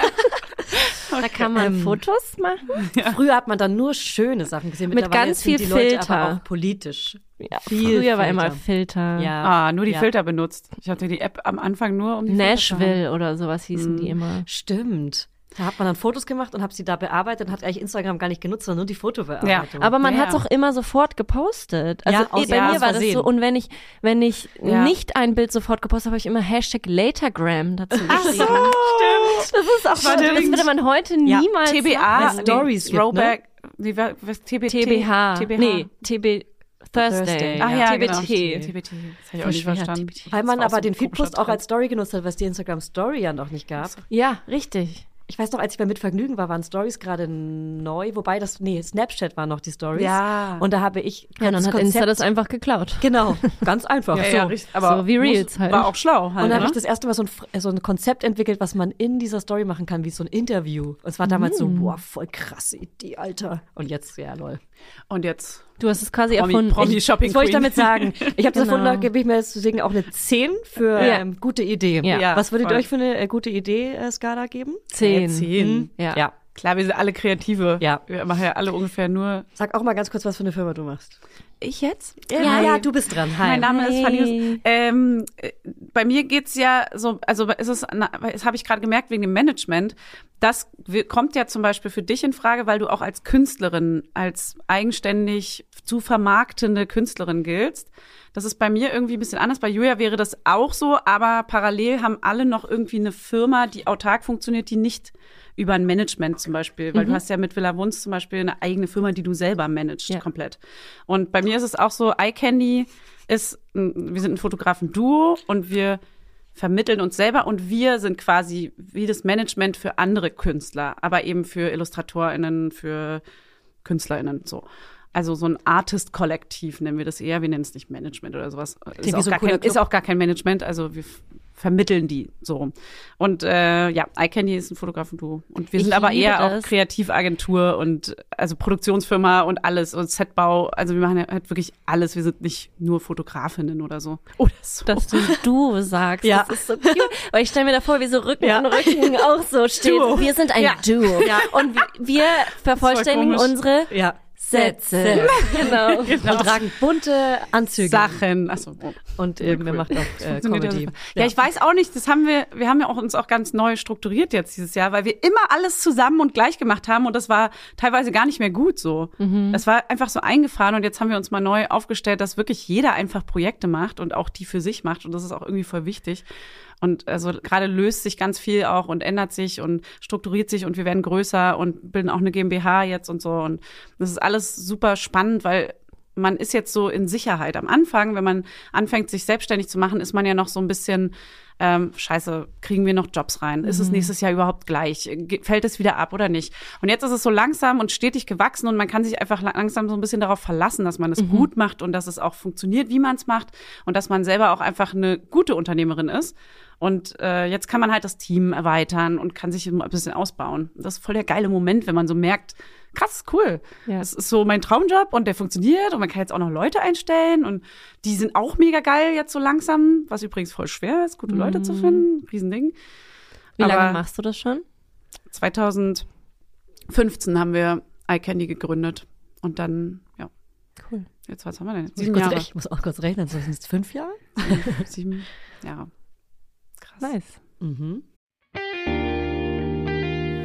Da kann man Ähm, Fotos machen. Früher hat man dann nur schöne Sachen gesehen. Mit Mittlerweile ganz sind viel die Leute aber Filter. auch politisch. Ja, viel früher war Filter. immer Filter. Ah, nur die Ja. Filter benutzt. Ich hatte die App am Anfang nur um die Filter Nashville oder sowas hießen die Mhm. immer. Stimmt. Da hat man dann Fotos gemacht und hat sie da bearbeitet und hat eigentlich Instagram gar nicht genutzt, sondern nur die Fotobearbeitung. Aber man Ja, hat's ja. auch immer sofort gepostet. Also Ja, eh, aus- bei ja, mir aus war das Versehen. so. Und wenn ich, wenn ich Ja. nicht ein Bild sofort gepostet habe, habe ich immer Hashtag Latergram dazu geschrieben. stimmt. Das ist auch so, das Stimmt. würde man heute Ja, niemals TBA, Weil nee, Stories gibt, ne? Throwback, nee, wa- was, TBT, TBH. TBH. Nee, TB Thursday. Thursday, Ach ja, TBT. Genau. TBT. Das habe ich auch nicht Schwer, verstanden. Weil man Das war aber so ein den Feedpost komischer auch als Story genutzt hat, was die Instagram Story ja noch nicht gab. Ja, richtig. Ich weiß noch, als ich bei Mitvergnügen war, waren Stories gerade neu, wobei das, nee, Snapchat war noch die Stories. Ja. Und da habe ich Ja, dann das hat Insta das einfach geklaut. Genau, ganz einfach. Trend. so. Ja, ja, richtig, aber so wie Reels muss- halt. War auch schlau halt, Und dann habe ich ne? das erste Mal so ein, Fr- äh, so ein Konzept entwickelt, was man in dieser Story machen kann, wie so ein Interview. Und es war damals so, Mhm. boah, voll krasse Idee, Alter. Und jetzt, ja, lol. Und jetzt Du hast es quasi Promi- erfunden. Promi- Ich- Shopping Das wollte ich Queen. damit sagen. Ich habe das Genau. erfunden, da gebe ich mir jetzt deswegen auch eine 10 für Ja. ähm, gute Idee. Ja. Ja, was würdet voll. ihr euch für eine äh, gute Idee-Skala geben? Zehn. Zehn. Ja. ja. Klar, wir sind alle Kreative. Ja. Wir machen ja alle ungefähr nur Sag auch mal ganz kurz, was für eine Firma du machst. Ich jetzt? Ja, ja, du bist dran. Hi. Mein Name ist Hi. Fanny. Hus- Ähm, äh, bei mir geht's ja so, also ist es, na, das habe ich gerade gemerkt wegen dem Management. Das wir- kommt ja zum Beispiel für dich in Frage, weil du auch als Künstlerin, als eigenständig zu vermarktende Künstlerin giltst. Das ist bei mir irgendwie ein bisschen anders. Bei Julia wäre das auch so, aber parallel haben alle noch irgendwie eine Firma, die autark funktioniert, die nicht über ein Management zum Beispiel, weil du hast ja mit Villa Wunz zum Beispiel eine eigene Firma, die du selber managst Ja. komplett. Und bei mir ist es auch so, Eye Candy ist, ein, wir sind ein Fotografen-Duo und wir vermitteln uns selber und wir sind quasi wie das Management für andere Künstler, aber eben für IllustratorInnen, für KünstlerInnen so. Also so ein Artist-Kollektiv nennen wir das eher, wir nennen es nicht Management oder sowas. Ist wie auch, so ein gar cooler kein, Club. ist auch gar kein Management, also wir f- vermitteln die so rum. Und äh, ja, iCandy ist ein Fotografen-Duo. Und wir Ich sind aber liebe eher das. auch Kreativagentur und also Produktionsfirma und alles und Setbau. Also wir machen ja halt wirklich alles. Wir sind nicht nur Fotografinnen oder so. Oder so. dass du du sagst. Ja. Das ist so cute. Weil ich stelle mir da vor, wie so Rücken an Rücken auch so steht. Duo. Wir sind ein Ja. Duo. Und wir- wir vervollständigen komisch. unsere Ja. Sätze. Genau. Und tragen bunte Anzüge. Sachen. Achso. Und ähm, wir machen auch äh, Funktioniert ja Comedy. super. ja, ich weiß auch nicht, das haben wir, wir haben ja auch uns auch ganz neu strukturiert jetzt dieses Jahr, weil wir immer alles zusammen und gleich gemacht haben und das war teilweise gar nicht mehr gut so. Das war einfach so eingefahren und jetzt haben wir uns mal neu aufgestellt, dass wirklich jeder einfach Projekte macht und auch die für sich macht und das ist auch irgendwie voll wichtig. Und also gerade löst sich ganz viel auch und ändert sich und strukturiert sich und wir werden größer und bilden auch eine GmbH jetzt und so. Und das ist alles super spannend, weil man ist jetzt so in Sicherheit. Am Anfang, wenn man anfängt, sich selbstständig zu machen, ist man ja noch so ein bisschen, ähm, scheiße, kriegen wir noch Jobs rein? Ist es nächstes Jahr überhaupt gleich? Ge- Fällt es wieder ab oder nicht? Und jetzt ist es so langsam und stetig gewachsen und man kann sich einfach la- langsam so ein bisschen darauf verlassen, dass man es gut macht und dass es auch funktioniert, wie man es macht und dass man selber auch einfach eine gute Unternehmerin ist. Und äh, jetzt kann man halt das Team erweitern und kann sich ein bisschen ausbauen. Das ist voll der geile Moment, wenn man so merkt, krass, cool. Ja. Das ist so mein Traumjob und der funktioniert und man kann jetzt auch noch Leute einstellen und die sind auch mega geil jetzt so langsam, was übrigens voll schwer ist, gute Leute zu finden, Riesending. Mhm. Wie Aber- lange machst du das schon? 2015 haben wir iCandy gegründet und dann, ja. Cool. Jetzt, was haben wir denn? jetzt? muss ich, Sieben kurz Jahre. rech- ich muss auch kurz rechnen, sonst sind es fünf Jahre. Sieben Jahre. Krass. Nice. Mhm.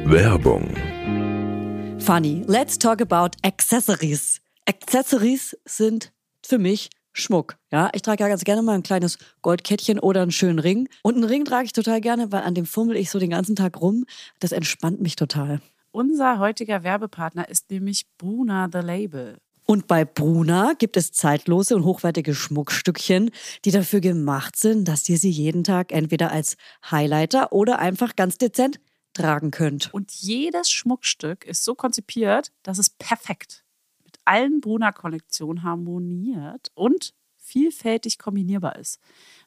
Werbung, Funny, let's talk about Accessories. Accessories sind für mich Schmuck. Ja, ich trage ja ganz gerne mal ein kleines Goldkettchen oder einen schönen Ring. Und einen Ring trage ich total gerne, weil an dem fummel ich so den ganzen Tag rum. Das entspannt mich total. Unser heutiger Werbepartner ist nämlich Bruna The Label. Und bei Bruna gibt es zeitlose und hochwertige Schmuckstückchen, die dafür gemacht sind, dass ihr sie jeden Tag entweder als Highlighter oder einfach ganz dezent tragen könnt. Und jedes Schmuckstück ist so konzipiert, dass es perfekt mit allen Bruna-Kollektionen harmoniert und vielfältig kombinierbar ist.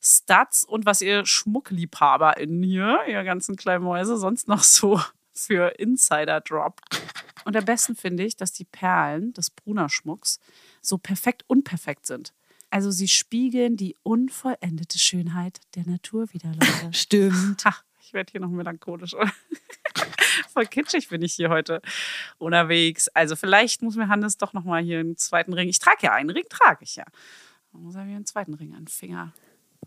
Studs und was ihr SchmuckliebhaberInnen hier, ihr ganzen kleinen Mäuse, sonst noch so für Insider droppt. Und am besten finde ich, dass die Perlen des Bruna-Schmucks so perfekt unperfekt sind. Also sie spiegeln die unvollendete Schönheit der Natur wieder, Leute. Stimmt. Ha, ich werde hier noch melancholisch. oder? Voll kitschig bin ich hier heute unterwegs. Also vielleicht muss mir Hannes doch noch mal hier einen zweiten Ring. Ich trage ja einen Ring, trage ich ja. Dann muss er mir einen zweiten Ring an den Finger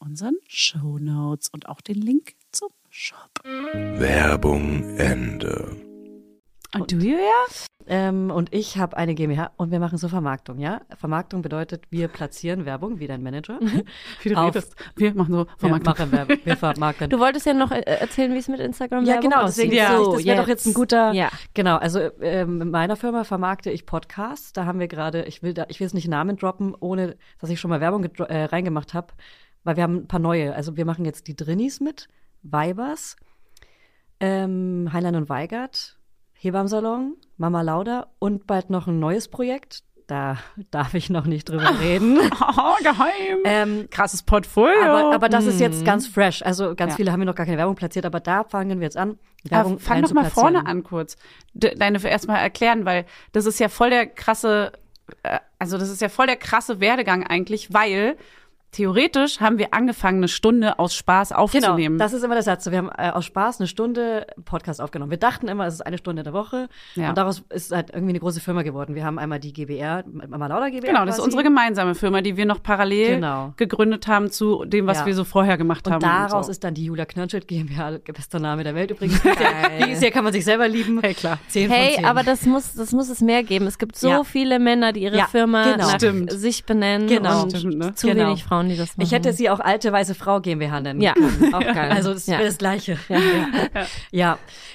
unseren Show Notes und auch den Link zum Shop. Werbung, Ende. Ah, do you, ja? Ähm, und ich habe eine GmbH und wir machen so Vermarktung, ja? Vermarktung bedeutet, wir platzieren Werbung, wie dein Manager. Mhm. Wie du Auf- redest. Wir machen so Wir Vermarktung. machen Werbung, wir vermarkten. Du wolltest ja noch äh, erzählen, wie es mit Instagram ja, Werbung genau, aussieht. deswegen ja. So, das wäre doch jetzt ein guter. Ja. Genau, also ähm, in meiner Firma vermarkte ich Podcasts. Da haben wir gerade, ich will da, ich will jetzt nicht Namen droppen, ohne dass ich schon mal Werbung gedro- äh, reingemacht habe, weil wir haben ein paar neue. Also wir machen jetzt die Drinnies mit, Weibers, ähm, Heinlein und Weigert, Hebammsalon, Mama Lauda und bald noch ein neues Projekt. Da darf ich noch nicht drüber reden. Oh, geheim. Ähm, Krasses Portfolio. aber, aber das ist jetzt ganz fresh. Also ganz Mhm. Ja. viele haben ja noch gar keine Werbung platziert, aber da fangen wir jetzt an. Aber Werbung fang doch mal reinzuplatzieren. vorne an kurz. De- Deine erstmal erklären, weil das ist ja voll der krasse, äh, also das ist ja voll der krasse Werdegang eigentlich, weil theoretisch haben wir angefangen, eine Stunde aus Spaß Genau, aufzunehmen. das ist immer der Satz. So, Wir haben äh, aus Spaß eine Stunde Podcast aufgenommen. Wir dachten immer, es ist eine Stunde in der Woche. Ja. Und daraus ist halt irgendwie eine große Firma geworden. Wir haben einmal die GBR, einmal Lauda GBR. genau, das ist quasi. unsere gemeinsame Firma, die wir noch parallel Genau. gegründet haben zu dem, was Ja. wir so vorher gemacht haben. Und daraus so. ist dann die Julia Knirnschild GmbH, bester Name der Welt übrigens. Die ist ja, kann man sich selber lieben. Hey, klar. Zehn von Hey, zehn. aber das muss, das muss es mehr geben. Es gibt so Ja. viele Männer, die ihre Ja, Firma genau. nach Stimmt. sich benennen Genau. und Stimmt, ne? zu Genau. wenig Frauen, die das machen. Ich hätte sie auch alte weiße Frau GmbH nennen Ja, können. auch geil. Also das Ja. wäre das Gleiche. Ja,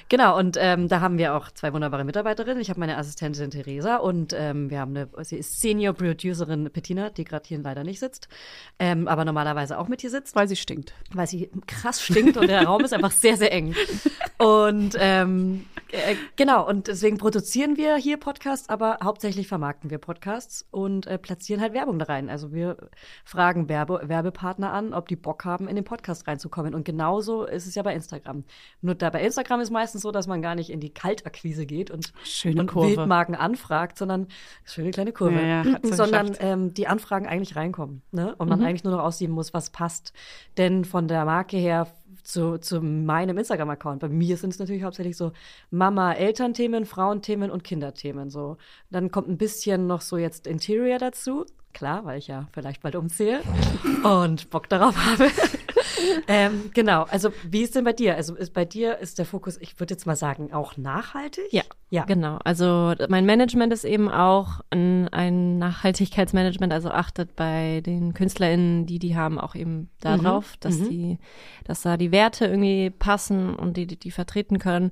genau. Und ähm, da haben wir auch zwei wunderbare Mitarbeiterinnen. Ich habe meine Assistentin Theresa und ähm, wir haben eine, sie ist Senior Producerin Bettina, die gerade hier leider nicht sitzt, ähm, aber normalerweise auch mit hier sitzt weil sie stinkt. weil sie krass stinkt und der Raum ist einfach sehr, sehr eng. Und ähm, äh, genau, und deswegen produzieren wir hier Podcasts, aber hauptsächlich vermarkten wir Podcasts und äh, platzieren halt Werbung da rein. Also wir fragen Werbe Werbepartner an, ob die Bock haben, in den Podcast reinzukommen. Und genauso ist es ja bei Instagram. Nur da bei Instagram ist meistens so, dass man gar nicht in die Kaltakquise geht und, Schöne und Kurve. Wildmarken anfragt, sondern schöne kleine Kurve, Ja, ja, hat's ja sondern geschafft. ähm, die Anfragen eigentlich reinkommen. Ne? Und man Mhm. eigentlich nur noch aussieben muss, was passt denn von der Marke her zu, zu meinem Instagram-Account. Bei mir sind es natürlich hauptsächlich so Mama-Elternthemen, Frauenthemen und Kinderthemen. So. Dann kommt ein bisschen noch so jetzt Interior dazu. Klar, weil ich ja vielleicht bald umziehe und Bock darauf habe. ähm, genau, also wie ist denn bei dir? Also ist, bei dir ist der Fokus, ich würde jetzt mal sagen, auch nachhaltig? Ja, ja. Genau. Also mein Management ist eben auch ein, ein Nachhaltigkeitsmanagement, also achtet bei den KünstlerInnen, die die haben, auch eben Mhm. darauf, dass die, dass da die Werte irgendwie passen und die, die, die vertreten können.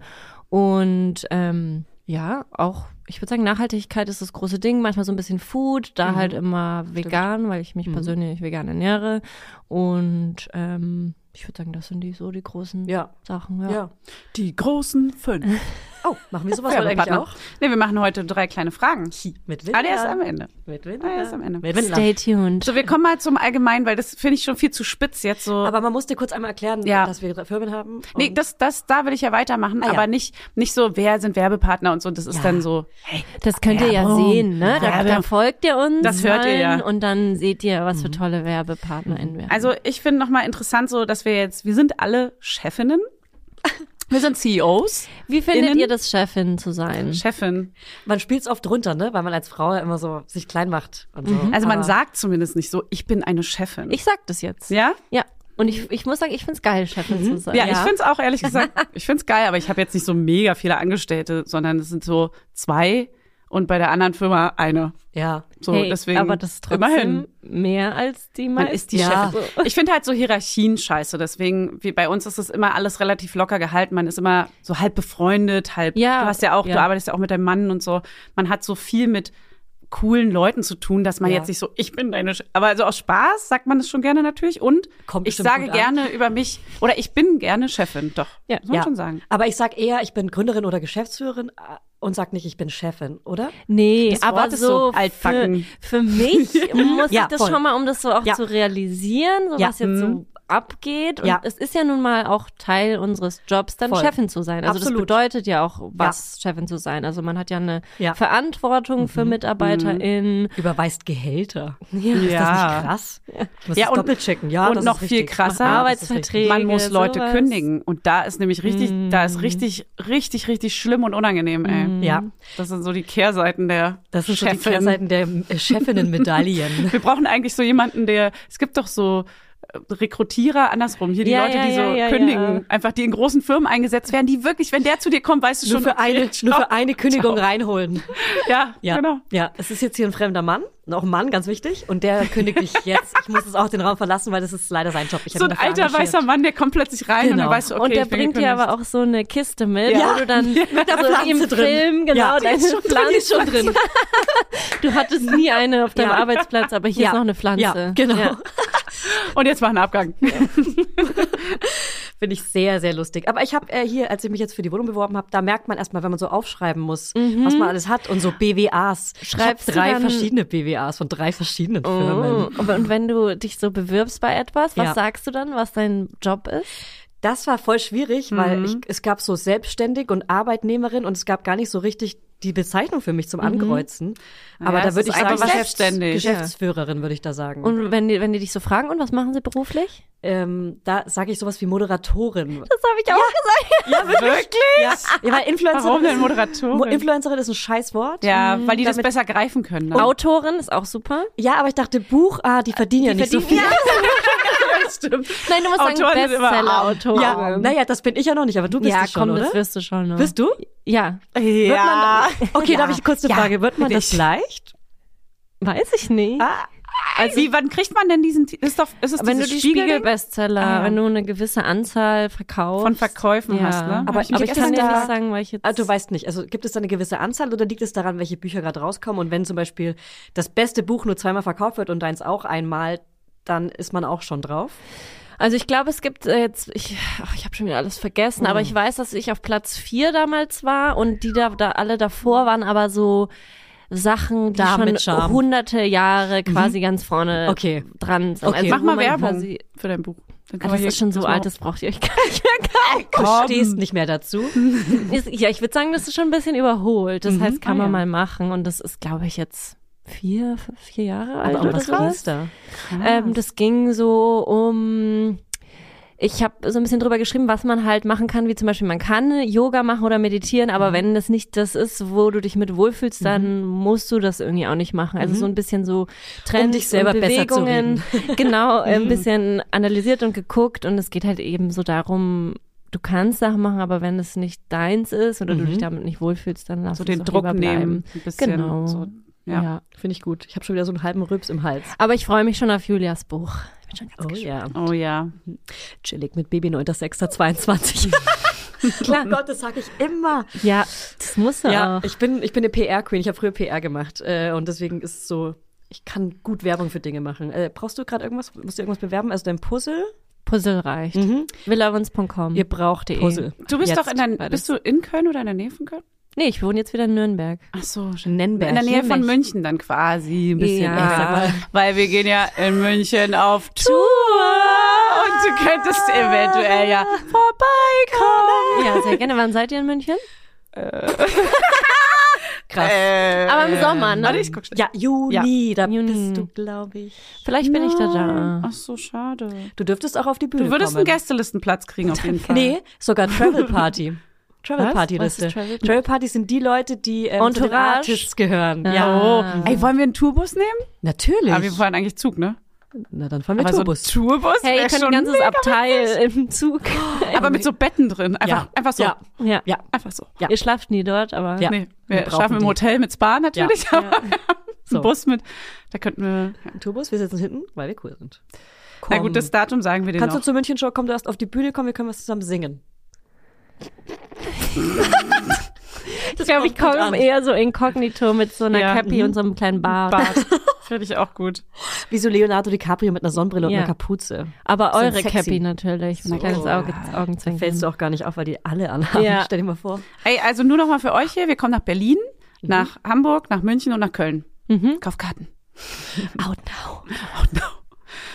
Und ähm, ja, auch, ich würde sagen, Nachhaltigkeit ist das große Ding, manchmal so ein bisschen Food, Mhm. da halt immer vegan, weil ich mich persönlich vegan ernähre. Und ähm, ich würde sagen, das sind die so die großen Ja. Sachen. Ja. Die großen fünf. Oh, machen wir sowas heute eigentlich Werbepartner. auch? Nee, wir machen heute drei kleine Fragen. Mit Ah, der ist am Ende. Mit Ah, Windler. der ist am Ende. Mit Windler. Stay tuned. So, wir kommen mal zum Allgemeinen, weil das finde ich schon viel zu spitz jetzt so. Aber man musste kurz einmal erklären, Ja. dass wir drei Firmen haben. und- Nee, das, das, da will ich ja weitermachen, Ah, ja. aber nicht, nicht so, wer sind Werbepartner und so. Das ist Ja. dann so, Das könnt ihr ja Werbung. sehen, ne? Da, Werbe- da folgt ihr uns. Das hört ihr ja. Mhm. allen Und dann seht ihr, was für tolle WerbepartnerInnen wir haben. Also ich finde nochmal interessant so, dass wir jetzt, wir sind alle Chefinnen. Wir sind CEOs. Wie findet innen- ihr das, Chefin zu sein? Chefin. Man spielt es oft runter, ne? Weil man als Frau ja immer so sich klein macht und so. Also man Aber- sagt zumindest nicht so, ich bin eine Chefin. Ich sag das jetzt. ja? Ja. Und ich, ich muss sagen, ich find's geil, Chefin zu sein. Mhm. ja? ich finde es auch ehrlich gesagt, ich finde es geil, aber ich habe jetzt nicht so mega viele Angestellte, sondern es sind so zwei und bei der anderen Firma eine. Ja. So, hey, deswegen aber das ist trotzdem immerhin. mehr als die Man meisten. ist die Ja. Chefin. Ich finde halt so Hierarchien scheiße. Deswegen, wie bei uns ist es immer alles relativ locker gehalten. Man ist immer so halb befreundet, halb. Ja, du hast ja auch, ja. du arbeitest ja auch mit deinem Mann und so. Man hat so viel mit coolen Leuten zu tun, dass man Ja. jetzt nicht so, ich bin deine, Sch aber also aus Spaß sagt man das schon gerne natürlich und Kommt ich bestimmt sage gut an. gerne über mich oder ich bin gerne Chefin, doch, Ja. muss man schon sagen. Aber ich sag eher, ich bin Gründerin oder Geschäftsführerin äh, und sag nicht, ich bin Chefin, oder? Nee, Das aber Wort ist so so für, altbacken. für mich muss Ja, ich das voll. schon mal, um das so auch Ja. zu realisieren, so Ja. Mhm. was jetzt so abgeht. Und Ja. es ist ja nun mal auch Teil unseres Jobs, dann Voll. Chefin zu sein. Also das Absolut. bedeutet ja auch, was Chefin zu sein. Also man hat ja eine Ja. Mhm. Verantwortung für MitarbeiterInnen. Überweist Gehälter. Ja. Ist das Ja. nicht krass? Ich muss Ja, das und- doppelt checken. Ja, und das noch ist viel richtig. krasser, Ja, das ist Arbeitsverträge. Man muss Leute sowas. kündigen und da ist nämlich richtig, da ist richtig, richtig, richtig schlimm und unangenehm, ey. richtig. Mhm. Ja, Das sind so die Kehrseiten der das sind Chefin. so die Kehrseiten der äh, Chefinnen-Medaillen. Wir brauchen eigentlich so jemanden, der, es gibt doch so Rekrutierer, andersrum, hier die Ja, Leute, ja, die so ja, ja, kündigen, ja. einfach die in großen Firmen eingesetzt werden, die wirklich, wenn der zu dir kommt, weißt du Nur schon, für, okay, eine, nur ciao. für eine Kündigung reinholen. Ja, Ja, genau. ja, es ist jetzt hier ein fremder Mann, auch ein Mann, ganz wichtig, und der kündigt dich jetzt. Ich muss jetzt auch den Raum verlassen, weil das ist leider sein Job. Ich hab So ihn ein dafür alter engagiert. weißer Mann, der kommt plötzlich rein und dann Genau. weißt du, okay, und der ich bin bringt dir gekündigt. aber auch so eine Kiste mit, Ja. wo du dann mit der so Pflanze im drin. Film genau Ja. Die deine ist schon drin, die Pflanze ist schon drin. Du hattest nie eine auf deinem Ja. Arbeitsplatz, aber hier Ja. ist noch eine Pflanze. Ja, genau. Ja. Und jetzt mach einen Abgang. Finde ich sehr, sehr lustig. Aber ich habe äh, hier, als ich mich jetzt für die Wohnung beworben habe, da merkt man erstmal, wenn man so aufschreiben muss, was man alles hat und so BWAs. Mhm. Schreibst ich hab drei du dann- verschiedene BWAs von drei verschiedenen Firmen. Oh. Aber Und wenn du dich so bewirbst bei etwas, was Ja. sagst du dann, was dein Job ist? Das war voll schwierig, weil Mhm. ich, es gab so selbstständig und Arbeitnehmerin und es gab gar nicht so richtig die Bezeichnung für mich zum Ankreuzen. Aber Mhm. Ja, da es ist würde ich sagen, einfach Geschäfts- selbstständig. Geschäftsführerin würde ich da sagen. Und wenn die, wenn die dich so fragen, und was machen sie beruflich? ähm, da sage ich sowas wie Moderatorin. Das habe ich auch gesagt. Ja, wirklich? Ja, ja weil Influencerin, Warum denn Mo- Moderatorin? Influencerin ist ein Scheißwort. Ja, Hm, weil die das damit- besser greifen können. ne? dann. Autorin ist auch super. Ja, aber ich dachte, Buch, ah, die verdienen ja nicht so viel. verdienen- Stimmt. Nein, du musst Autoren sagen sind immer arm. Bestseller-Autorin. Ja, naja, das bin ich ja noch nicht, aber du bist ja es schon, komm, oder? das wirst du schon. ne? bist du? ja, Ja. Wird man, okay, darf ich kurz eine Frage? Wird man das leicht? weiß ich nicht. Also, Wie, wann kriegt man denn diesen, Ti- ist doch, ist es wenn du dieses die Spiegel- Spiegelbestseller, Ah, ja. wenn du eine gewisse Anzahl verkaufst. von Verkäufen ja. hast, ne? Aber, Hab aber mich ich gestern kann dir da- nicht sagen, weil ich jetzt... Ah, du weißt nicht. Also gibt es da eine gewisse Anzahl oder liegt es daran, welche Bücher gerade rauskommen? Und wenn zum Beispiel das beste Buch nur zweimal verkauft wird und deins auch einmal, dann ist man auch schon drauf. Also ich glaube, es gibt äh, jetzt, ich, ach, ich habe schon wieder alles vergessen, aber ich weiß, dass ich auf Platz vier damals war und die da, da alle davor waren, aber so Sachen, die Da schon mit Charme. hunderte Jahre quasi ganz vorne Okay. dran sind. Okay. Also, Mach wo mal man Werbung quasi- für dein Buch. Dann Ah, können wir das hier- ist schon so mal- alt, das braucht ihr euch gar nicht mehr kaufen. Du stehst nicht mehr dazu. Ist- Ja, ich würde sagen, das ist schon ein bisschen überholt. Das heißt, kann Ah, man ja. mal machen und das ist, glaube ich, jetzt vier, fünf- vier Jahre alt Aber um oder was so. ging's da? Ah. Ähm, das ging so um. Ich habe so ein bisschen drüber geschrieben, was man halt machen kann, wie zum Beispiel man kann Yoga machen oder meditieren, aber Mhm. wenn das nicht das ist, wo du dich mit wohlfühlst, dann musst du das irgendwie auch nicht machen. Mhm. Also so ein bisschen Um so Trends dich selber und besser zu Bewegungen, genau, Mhm. ein bisschen analysiert und geguckt und es geht halt eben so darum, du kannst Sachen machen, aber wenn es nicht deins ist oder du dich damit nicht wohlfühlst, dann lass Mhm. So es den doch Druck lieber nehmen. bleiben. Ein bisschen. Genau. So, ja. Ja. Finde ich gut. Ich habe schon wieder so einen halben Rübs im Hals. Aber ich freue mich schon auf Julias Buch. Ich bin schon ganz Oh ja. Oh ja. Chillig mit Baby 9.6.22. Klar. Oh Gott, das sage ich immer. Ja, das muss er Ja, auch. ich bin, ich bin eine PR-Queen. Ich habe früher PR gemacht. Äh, und deswegen ist es so, ich kann gut Werbung für Dinge machen. Äh, brauchst du gerade irgendwas? Musst du irgendwas bewerben? Also dein Puzzle? Puzzle reicht. Mhm. Villavons.com. Ihr braucht De. Puzzle. Du bist Jetzt doch in der, beides. bist du in Köln oder in der Nähe von Köln? Nee, ich wohne jetzt wieder in Nürnberg. Ach so, schön. Nennberg. In der Nähe von Nürnberg. München dann quasi ein bisschen. Ja. ich sag mal, Weil wir gehen ja in München auf Tour und du könntest eventuell ja vorbeikommen. Ja, sehr gerne. Wann seid ihr in München? Krass. Aber im Sommer, ne? Warte, ich guck schnell. ja, Juni, da Juni. bist du, glaube ich. Vielleicht bin ich da da. Ach so, schade. Du dürftest auch auf die Bühne Du würdest kommen. einen Gästelistenplatz kriegen auf jeden Fall. Nee, sogar Travel Party. Travel Was? Party Was ist Liste. Travel Travel, Party? Party sind die Leute, die ähm, zu den Entourage? Artists gehören. Oh, Ja, ey, wollen wir einen Tourbus nehmen? natürlich. Aber wir fahren eigentlich Zug, ne? Na, dann fahren wir Aber so ein Tourbus. Also Tourbus Hey, wär ihr könnt schon ein ganzes mega Abteil im Zug. witzig. Aber mit so Betten drin. Einfach, Ja. einfach so. Ja. Ja. Ja. Einfach so. Ja. Ihr schlaft nie dort, aber. Ja. Nee, wir wir, brauchen schlafen im die. Hotel mit Spa natürlich, aber So. ein Bus mit, da könnten wir, ja. Tourbus, wir sitzen hinten, weil wir cool sind. na Komm. gut, das Datum sagen wir dir Kannst noch. du zur München Show kommen, du hast auf die Bühne kommen, wir können was zusammen singen. Ich glaube, ich kommt gut an. komme eher so inkognito mit so einer Ja. Cappy und so einem kleinen Bart. Bart. Finde ich auch gut. Wie so Leonardo DiCaprio mit einer Sonnenbrille und Ja. einer Kapuze. Aber So eure sexy. Cappy natürlich. So ein kleines Auge, Augenzwinkern. Fällst du auch gar nicht auf, weil die alle anhaben. Ja. Stell dir mal vor. Ey, also nur noch mal für euch hier, wir kommen nach Berlin, Mhm. nach Hamburg, nach München und nach Köln. Mhm. Kauf Karten. Out now.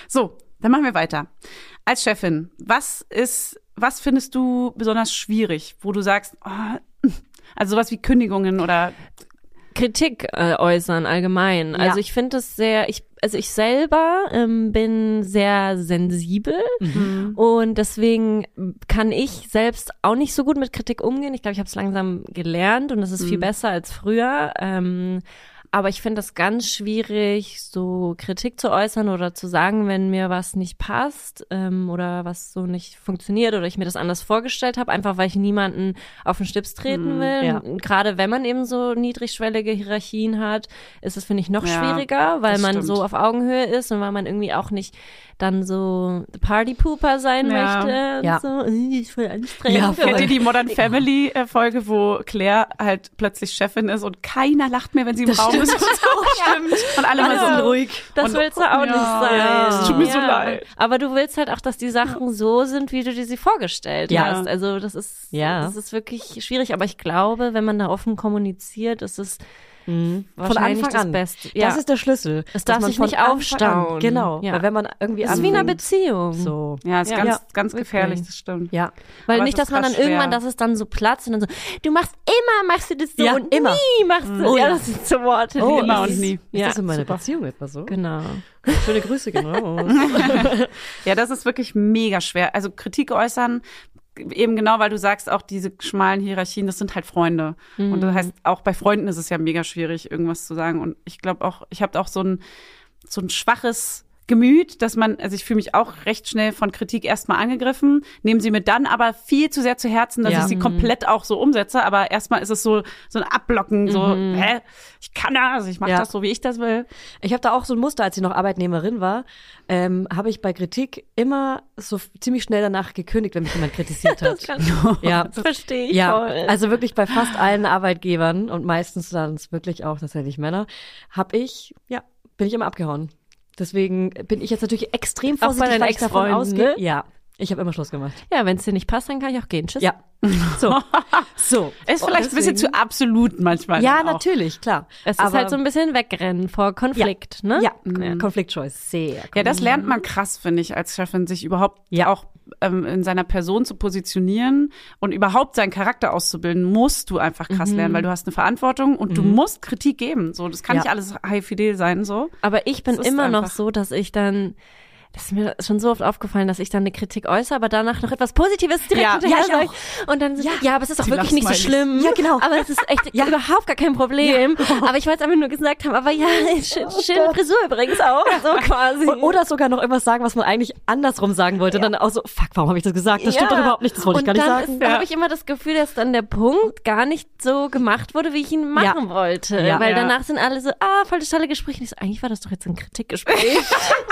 So, dann machen wir weiter. Als Chefin, was ist, was findest du besonders schwierig, wo du sagst, ah, also sowas wie Kündigungen oder Kritik äh, äußern allgemein. Also ich finde es sehr, ich, also ich selber ähm, bin sehr sensibel Mhm. und deswegen kann ich selbst auch nicht so Mhm. gut mit Kritik umgehen. Ich glaube, ich habe es langsam gelernt und das ist viel besser als früher. Ähm, Aber ich finde das ganz schwierig, so Kritik zu äußern oder zu sagen, wenn mir was nicht passt ähm, oder was so nicht funktioniert oder ich mir das anders vorgestellt habe, einfach weil ich niemanden auf den Stips Mhm, treten will. ja. Und Gerade wenn man eben so niedrigschwellige Hierarchien hat, ist es, finde ich, noch Ja, schwieriger, weil das man stimmt. so auf Augenhöhe ist und weil man irgendwie auch nicht dann so Partypooper sein Ja. möchte. Ja. Und so, "Äh, ist voll anstrengend. Ja, voll. Aber Kennt ihr die Modern Family äh, Folge, wo Claire halt plötzlich Chefin ist und keiner lacht mehr, wenn sie im Raum ist? Und, so. stimmt. und alle mal so Also, ruhig. Das Und- willst du auch Ja, nicht sein. ja, es tut mir so leid. Aber du willst halt auch, dass die Sachen so sind, wie du dir sie vorgestellt Ja. hast. Also das ist, Ja. das ist wirklich schwierig. Aber ich glaube, wenn man da offen kommuniziert, ist es Mhm. Von wahrscheinlich Anfang das an. Beste. Ja. Das ist der Schlüssel. Es dass darf man sich von nicht Anfang aufstauen. An, genau. Ja. Weil wenn man irgendwie Das ist wie in einer anfängt, Oh. Beziehung. So. Ja, ist Ja. ganz, Ja. ganz Wirklich. gefährlich, das stimmt. Ja. Weil Aber nicht, es dass ist man dann krass schwer. irgendwann, dass es dann so platzt und dann so, du machst immer, machst du das so Ja, und immer. nie machst du. Oh, ja, ja. das sind so Worte. Oh, die- immer und nie. Ist Ja, das in meiner super. Beziehung etwa so? Genau. Schöne Grüße, genau. Ja, das ist wirklich mega schwer. Also Kritik äußern, eben genau, weil du sagst, auch diese schmalen Hierarchien, das sind halt Freunde. Und Mhm. das heißt, auch bei Freunden ist es ja mega schwierig, irgendwas zu sagen. Und ich glaube auch, ich habe auch so ein, so ein schwaches Gemüt, dass man, also ich fühle mich auch recht schnell von Kritik erstmal angegriffen, nehmen sie mir dann aber viel zu sehr zu Herzen, dass Ja. ich sie komplett auch so umsetze, aber erstmal ist es so, so ein Abblocken, so, hä, ich kann das, ich mache Mhm. Ja. das so, wie ich das will. Ich habe da auch so ein Muster, als ich noch Arbeitnehmerin war, ähm, habe ich bei Kritik immer so f- ziemlich schnell danach gekündigt, wenn mich jemand kritisiert hat. ja. Das verstehe ich Ja, voll. also wirklich bei fast allen Arbeitgebern und meistens dann es wirklich auch tatsächlich Männer, habe ich, ja, bin ich immer abgehauen. Deswegen bin ich jetzt natürlich extrem Auch bei vorsichtig, deinen weil ich davon Ex-Freunden, ausgehe. ne? Ja, ich habe immer Schluss gemacht. ja, wenn es dir nicht passt, dann kann ich auch gehen. Tschüss. Ja. So. so. Ist Und vielleicht ein bisschen zu Oh, deswegen- absolut manchmal. Ja, dann auch. natürlich, klar. Es ist Aber- halt so ein bisschen wegrennen vor Konflikt, ne? Ja, Konfliktchoice. Sehr. Ja, das lernt man krass, finde ich, als Chefin, sich überhaupt Ja. auch ähm, in seiner Person zu positionieren und überhaupt seinen Charakter auszubilden, musst du einfach krass lernen, weil du hast eine Verantwortung und du musst Kritik geben. So, das kann Ja. nicht alles high fidel sein, so. Aber ich bin Es ist immer noch einfach- so, dass ich dann, das ist mir schon so oft aufgefallen, dass ich dann eine Kritik äußere, aber danach noch etwas Positives direkt Ja, hinterher ja, ich sage. auch. Und dann, ja, ja aber es ist doch Die wirklich nicht so Lachsmileys. schlimm. Ja, genau. Aber es ist echt überhaupt gar kein Problem. Aber ich wollte es einfach nur gesagt haben, aber ja, schön, schöne Frisur übrigens auch, so quasi. Oh Und, oder sogar noch irgendwas sagen, was man eigentlich andersrum sagen wollte. Dann auch so, fuck, warum habe ich das gesagt? Das stimmt Ja. doch überhaupt nicht, das wollte und ich gar nicht dann sagen. habe ich immer das Gefühl, dass dann der Punkt gar nicht so gemacht wurde, wie ich ihn machen wollte. Ja. Weil Ja. danach sind alle so, ah, voll das tolle Gespräch. Und ich so, eigentlich war das doch jetzt ein Kritikgespräch.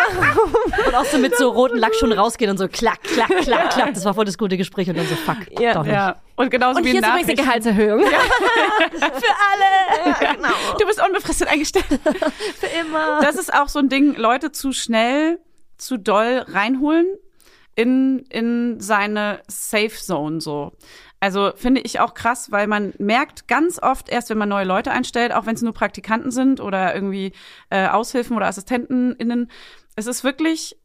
Und auch so mit so roten Lack schon rausgehen und so klack, klack, klack, klack. Das war voll das gute Gespräch und dann so, fuck, Ja. doch nicht. Ja. Und genauso Und wie hier in ist übrigens eine Nachrichten. Gehaltserhöhung. Du bist unbefristet eingestellt. Für immer. Das ist auch so ein Ding, Leute zu schnell, zu doll reinholen in, in seine Safe Zone so. Also finde ich auch krass, weil man merkt ganz oft erst, wenn man neue Leute einstellt, auch wenn es nur Praktikanten sind oder irgendwie äh, Aushilfen oder AssistentenInnen, es ist wirklich,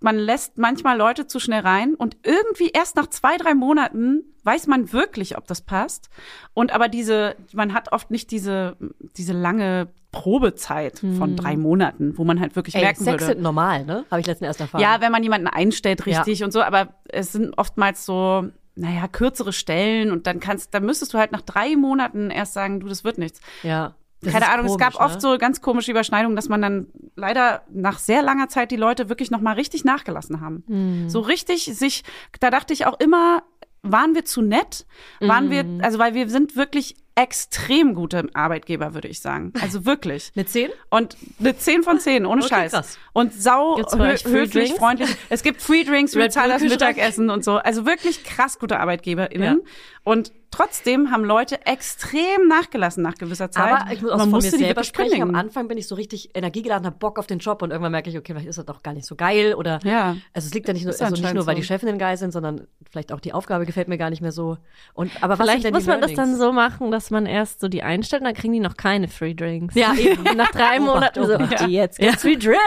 man lässt manchmal Leute zu schnell rein und irgendwie erst nach zwei, drei Monaten weiß man wirklich, ob das passt. Und aber diese, man hat oft nicht diese, diese lange Probezeit von drei Monaten, wo man halt wirklich Hm. Ey, merken Sex würde. sind normal, ne? Habe ich letztens erst erfahren. Ja, wenn man jemanden einstellt, richtig und so, aber es sind oftmals so, naja, kürzere Stellen und dann kannst, dann müsstest du halt nach drei Monaten erst sagen, du, das wird nichts. ja. Das Keine ist Ahnung, es komisch, gab oft ne? so ganz komische Überschneidungen, dass man dann leider nach sehr langer Zeit die Leute wirklich nochmal richtig nachgelassen haben. Hm. So richtig sich, da dachte ich auch immer, waren wir zu nett? Waren Hm. wir, also weil wir sind wirklich extrem gute Arbeitgeber, würde ich sagen. Also wirklich. Eine 10? Und eine 10 von 10, ohne Okay, Scheiß. krass. Und sau Gibt's bei hö euch Free höflich, Drinks? freundlich. Es gibt Free Drinks, wir Red zahlen Bull das Kühlschrank. Mittagessen und so. Also wirklich krass gute ArbeitgeberInnen. Und trotzdem haben Leute extrem nachgelassen nach gewisser Zeit. Aber ich muss auch Man von mir musste die selber wirklich sprechen. kündigen. Am Anfang bin ich so richtig energiegeladen, habe Bock auf den Job und irgendwann merke ich, okay, vielleicht ist das doch gar nicht so geil oder Ja. also es liegt ja nicht nur, Ist also nicht anscheinend nur, weil so. die Chefinnen geil sind, sondern vielleicht auch die Aufgabe gefällt mir gar nicht mehr so. Und aber was sind Vielleicht denn muss die man das dann Learnings? so machen, dass man erst so die einstellt und dann kriegen die noch keine Free Drinks. Ja, eben. Und nach drei Obacht, Monaten so, Obacht. okay, jetzt gibt's Free Drinks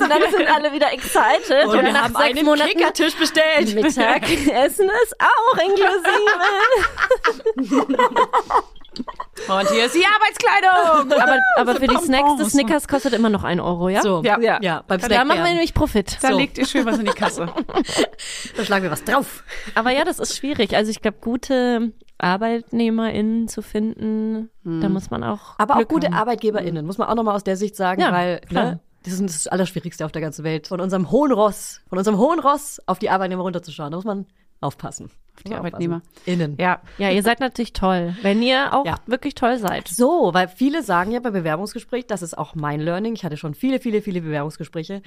und dann sind alle wieder excited. Also Und, nach sechs Monaten Kickertisch bestellt. Mittagessen ist auch inklusive. Und hier ist die Arbeitskleidung. aber aber für die Snacks Bonbons. des Snickers kostet immer noch ein Euro, ja? So, Ja. ja, ja beim Da machen wir Snack. nämlich Profit. Da So. legt ihr schön was in die Kasse. Da schlagen wir was drauf. Aber ja, das ist schwierig. Also ich glaube, gute ArbeitnehmerInnen zu finden, Hm. da muss man auch. Aber Glück auch gute haben. ArbeitgeberInnen, muss man auch nochmal aus der Sicht sagen, Ja, weil klar. ne, das ist das ist das Allerschwierigste auf der ganzen Welt. Von unserem hohen Ross, von unserem hohen Ross auf die Arbeitnehmer runterzuschauen. Da muss man aufpassen. Auf die Arbeitnehmer. Innen. Ja, Ja, ihr seid natürlich toll, wenn ihr auch Ja. wirklich toll seid. So, weil viele sagen ja beim Bewerbungsgespräch, das ist auch mein Learning. Ich hatte schon viele, viele, viele Bewerbungsgespräche.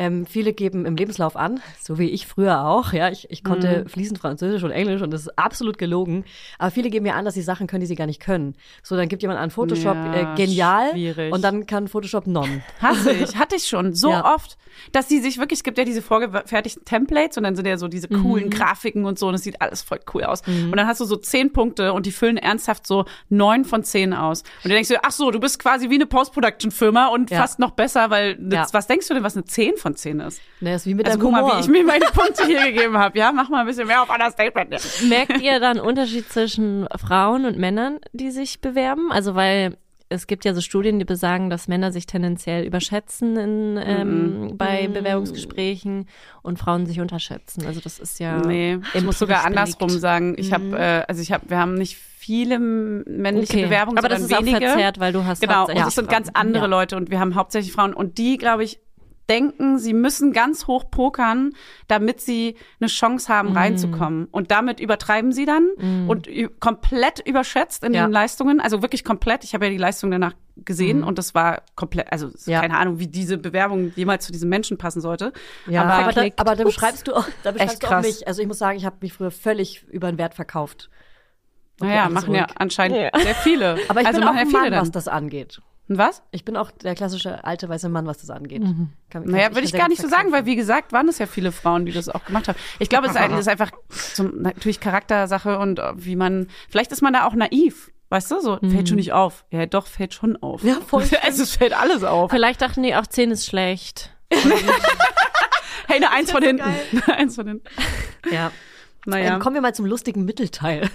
Ähm, viele geben im Lebenslauf an, so wie ich früher auch. Ja, ich, ich konnte Mhm. fließend Französisch und Englisch und das ist absolut gelogen. Aber viele geben mir an, dass sie Sachen können, die sie gar nicht können. So, dann gibt jemand an Photoshop Ja, äh, genial schwierig. und dann kann Photoshop non. Hasse ich, hatte ich schon so Ja. oft, dass die sich wirklich, es gibt ja diese vorgefertigten Templates und dann sind ja so diese coolen Grafiken und so und es sieht alles voll cool aus. Und dann hast du so zehn Punkte und die füllen ernsthaft so neun von zehn aus. Und du denkst dir, ach so, du bist quasi wie eine Post-Production-Firma und Ja. fast noch besser, weil ne- Ja. was denkst du denn, was eine zehn von zehn ist? Ne, ist wie mit Also deinem guck Humor. mal, wie ich mir meine Punkte hier gegeben habe. Ja, mach mal ein bisschen mehr auf Understatement. Merkt ihr dann Unterschied zwischen Frauen und Männern, die sich bewerben? Also weil es gibt ja so Studien, die besagen, dass Männer sich tendenziell überschätzen in, ähm, bei Bewerbungsgesprächen und Frauen sich unterschätzen. Also das ist ja Nee, ich muss sogar empirisch andersrum belegt. sagen. Ich habe, äh, also ich habe, wir haben nicht viele männliche Okay. Bewerbungen, Aber das sondern ist auch wenige. verzerrt, weil du hast genau. Und hauptsächlich es sind ganz Frauen. andere Ja. Leute und wir haben hauptsächlich Frauen und die, glaube ich, denken, sie müssen ganz hoch pokern, damit sie eine Chance haben, Mhm. reinzukommen. Und damit übertreiben sie dann und ü- komplett überschätzt in Ja. Mhm. den Leistungen. Also wirklich komplett. Ich habe ja die Leistung danach gesehen und das war komplett, also Ja. keine Ahnung, wie diese Bewerbung jemals zu diesem Menschen passen sollte. Ja, aber, da, Verklickt. aber da Ups. beschreibst du auch, da beschreibst Echt du auch krass. mich. Also ich muss sagen, ich habe mich früher völlig über den Wert verkauft. Naja, alles machen ja ruhig. anscheinend sehr viele. Aber ich also bin auch machen ein ja Mann, viele was dann. das angeht. Und was? Ich bin auch der klassische alte weiße Mann, was das angeht. Kann- kann- Naja, kann würde ich sehr gar gut nicht so sagen, verkaufen. weil wie gesagt waren es ja viele Frauen, die das auch gemacht haben. Ich glaube, es ist ein- es ist einfach zum, natürlich Charaktersache und äh, wie man, vielleicht ist man da auch naiv, weißt du, so fällt schon nicht auf. Ja, doch, fällt schon auf. Mhm. Ja, voll es, es fällt alles auf. Vielleicht dachten die auch 10 ist schlecht. Hey, eine Eins von hinten. Eine Eins von hinten. Ja. Naja, Ähm, kommen wir mal zum lustigen Mittelteil.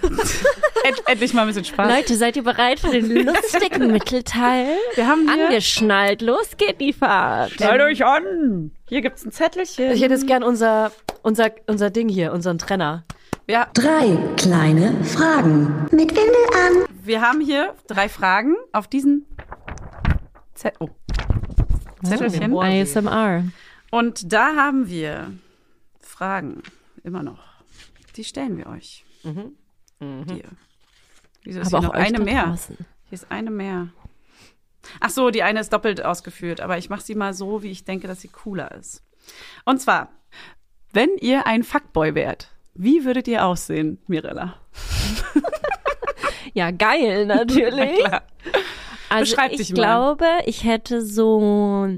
End, endlich mal ein bisschen Spaß. Leute, seid ihr bereit für den lustigen Mittelteil? Wir haben hier- angeschnallt. Los geht die Fahrt. Schnallt euch an. Hier gibt's ein Zettelchen. Ich hätte jetzt gern unser, unser, unser Ding hier, unseren Trenner. Ja, Drei kleine Fragen. Mit Windel an. wir haben hier drei Fragen auf diesen Zettel. Oh. Zettelchen. ASMR. Und da haben wir Fragen, immer noch. Die stellen wir euch. Mhm. Dir. Wieso ist hier noch eine mehr? Hier ist eine mehr. Ach so, die eine ist doppelt ausgeführt, aber ich mache sie mal so, wie ich denke, dass sie cooler ist. Und zwar, wenn ihr ein Fuckboy wärt, wie würdet ihr aussehen, Mirella? Ja, geil, natürlich. also Beschreib ich dich mal. glaube, ich hätte so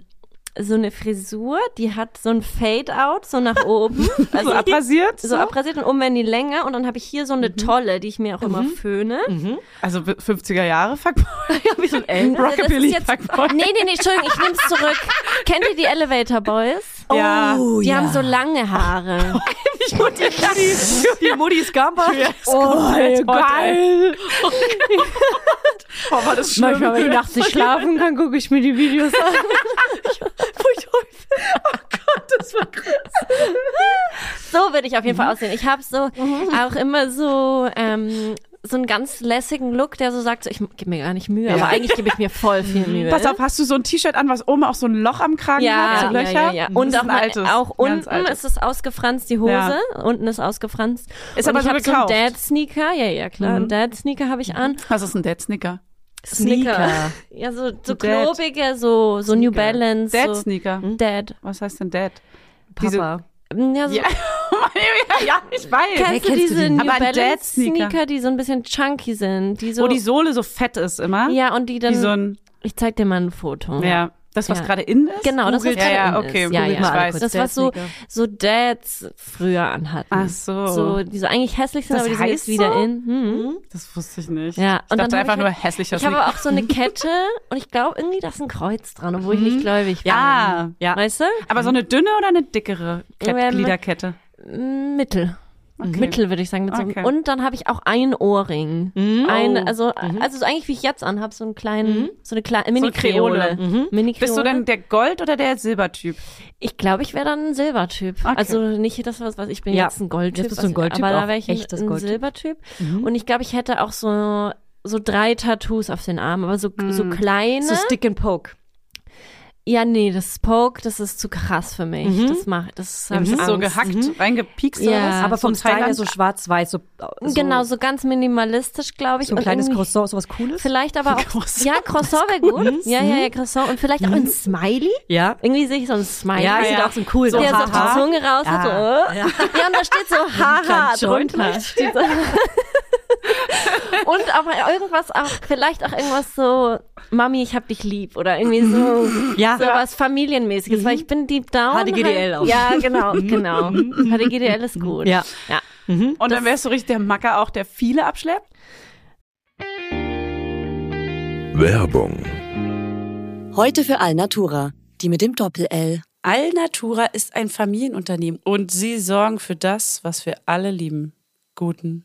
so eine Frisur, die hat so ein Fade-out, so nach oben. Also So abrasiert? Mhm. so abrasiert und oben werden die länger und dann habe ich hier so eine Tolle, die ich mir auch immer föhne. Also 50er Jahre Fuckboy? ja, wie so ein Also das ist Rockabilly jetzt, Fuckboy. nee, nee, nee, Entschuldigung, ich nehme es zurück. Kennt ihr die Elevator Boys? Ja. Oh, Die ja. haben so lange Haare. Die Mutti Scamba. Oh, geil. Oh, war das schlimm. ich nachts nicht schlafen kann, gucke ich mir die Videos an. Oh So würde ich auf Mhm. jeden Fall aussehen. Ich habe so auch immer so ähm, so einen ganz lässigen Look, der so sagt, so, ich gebe mir gar nicht Mühe, aber eigentlich gebe ich mir voll viel Mühe. Pass auf, hast du so ein T-Shirt an, was oben auch so ein Loch am Kragen hat, so ja, ja, Löcher? ja, ja. Und Das auch, ist mal- auch ganz unten altes. ist es ausgefranst, die Hose. Ja. Unten ist ausgefranst. Ist Und aber ich so habe so einen gekauft. Mhm. Dad-Sneaker, ja, ja, klar. Einen Dad-Sneaker habe ich an. Was ist ein Dead Sneaker? Sneaker. Ja, so, so Dad. klobige, so, so New Balance. Dead so. Mhm. Sneaker. Hm? Dad. Was heißt denn Dead? Papa. Ja, so, Ja, ja, ich weiß. Kennst du kennst du diese die? New Aber Balance Dad-Sneaker. Sneaker, die so ein bisschen chunky sind, die so Wo Oh, die Sohle so fett ist immer. ja und die dann Wie so ein, ich zeig dir mal ein Foto. ja. Das, was Ja. gerade in ist? Genau, das was ja, gerade ja, in okay. ist. Ja, googelt ja. mal alle kurz. kurz. Das was so Dad-Sneaker. so Dads früher anhatten. Ach so. So die so eigentlich hässlich sind, Das aber die sind heißt jetzt wieder so? in. Hm. Das wusste ich nicht. Ja, ich und dann dachte hab einfach ich nur halt- hässlicher Ich habe Sneaker. aber auch so eine Kette und ich glaube irgendwie da ist ein Kreuz dran, obwohl ich nicht gläubig bin. Ah, Mhm. ja. Weißt du? Aber so eine dünne oder eine dickere Kett Ähm, Gliederkette? M- Mittel. Mittel, würde ich sagen. Mit so einem- Okay. Und dann habe ich auch ein Ohrring. Mm. Oh. Ein, also, Mhm. also so eigentlich wie ich jetzt anhab, so einen kleinen, so eine kleine Mini-Kreole. Kreole. Mhm. Bist du denn der Gold- oder der Silbertyp? Ich glaube, ich wäre dann ein Silbertyp. Okay. Also nicht das, was, was ich bin Ja. jetzt ein Goldtyp. Jetzt bist du ein was- Goldtyp aber auch. da wäre ich ein, Echtes ein Goldtyp. Mhm. Silbertyp. Und ich glaube, ich hätte auch so, so drei Tattoos auf den Armen, aber so, so kleine. Mhm. Ne? So Stick and Poke. ja, nee, das Poke, das ist zu krass für mich. Mhm. Das macht, das habe Das ich ist Angst. so gehackt, reingepikst oder Mhm. Ja. was? Aber Aber vom so Style her Thailand- so schwarz-weiß, so, so, Genau, so ganz minimalistisch, glaube ich. so ein Und kleines irgendwie- Croissant, sowas Cooles. Vielleicht aber auch. Croissant. Ja, Croissant wäre gut. Ja, ja, ja, Croissant. Und vielleicht auch ein Smiley. Mhm. Ja. Irgendwie sehe ich so ein Smiley. Ja, ich sehe da auch so ein cooles. so, der so auf die Haha. Zunge raus hat, so, Ja. äh. ja, und da steht so Haha kleinen Joint drunter. Steht so. und aber irgendwas auch, vielleicht auch irgendwas so, Mami, ich hab dich lieb oder irgendwie so, Ja. Mhm. so was familienmäßiges, weil ich bin deep down. HDGDL auch. halt, Mhm. Ja, genau, genau. HDGDL ist gut. Ja. ja. Und dann wärst du richtig der Macker auch, der viele abschleppt? Werbung, Heute für Alnatura, die mit dem Doppel-L. Allnatura ist ein Familienunternehmen und sie sorgen für das, was wir alle lieben. Guten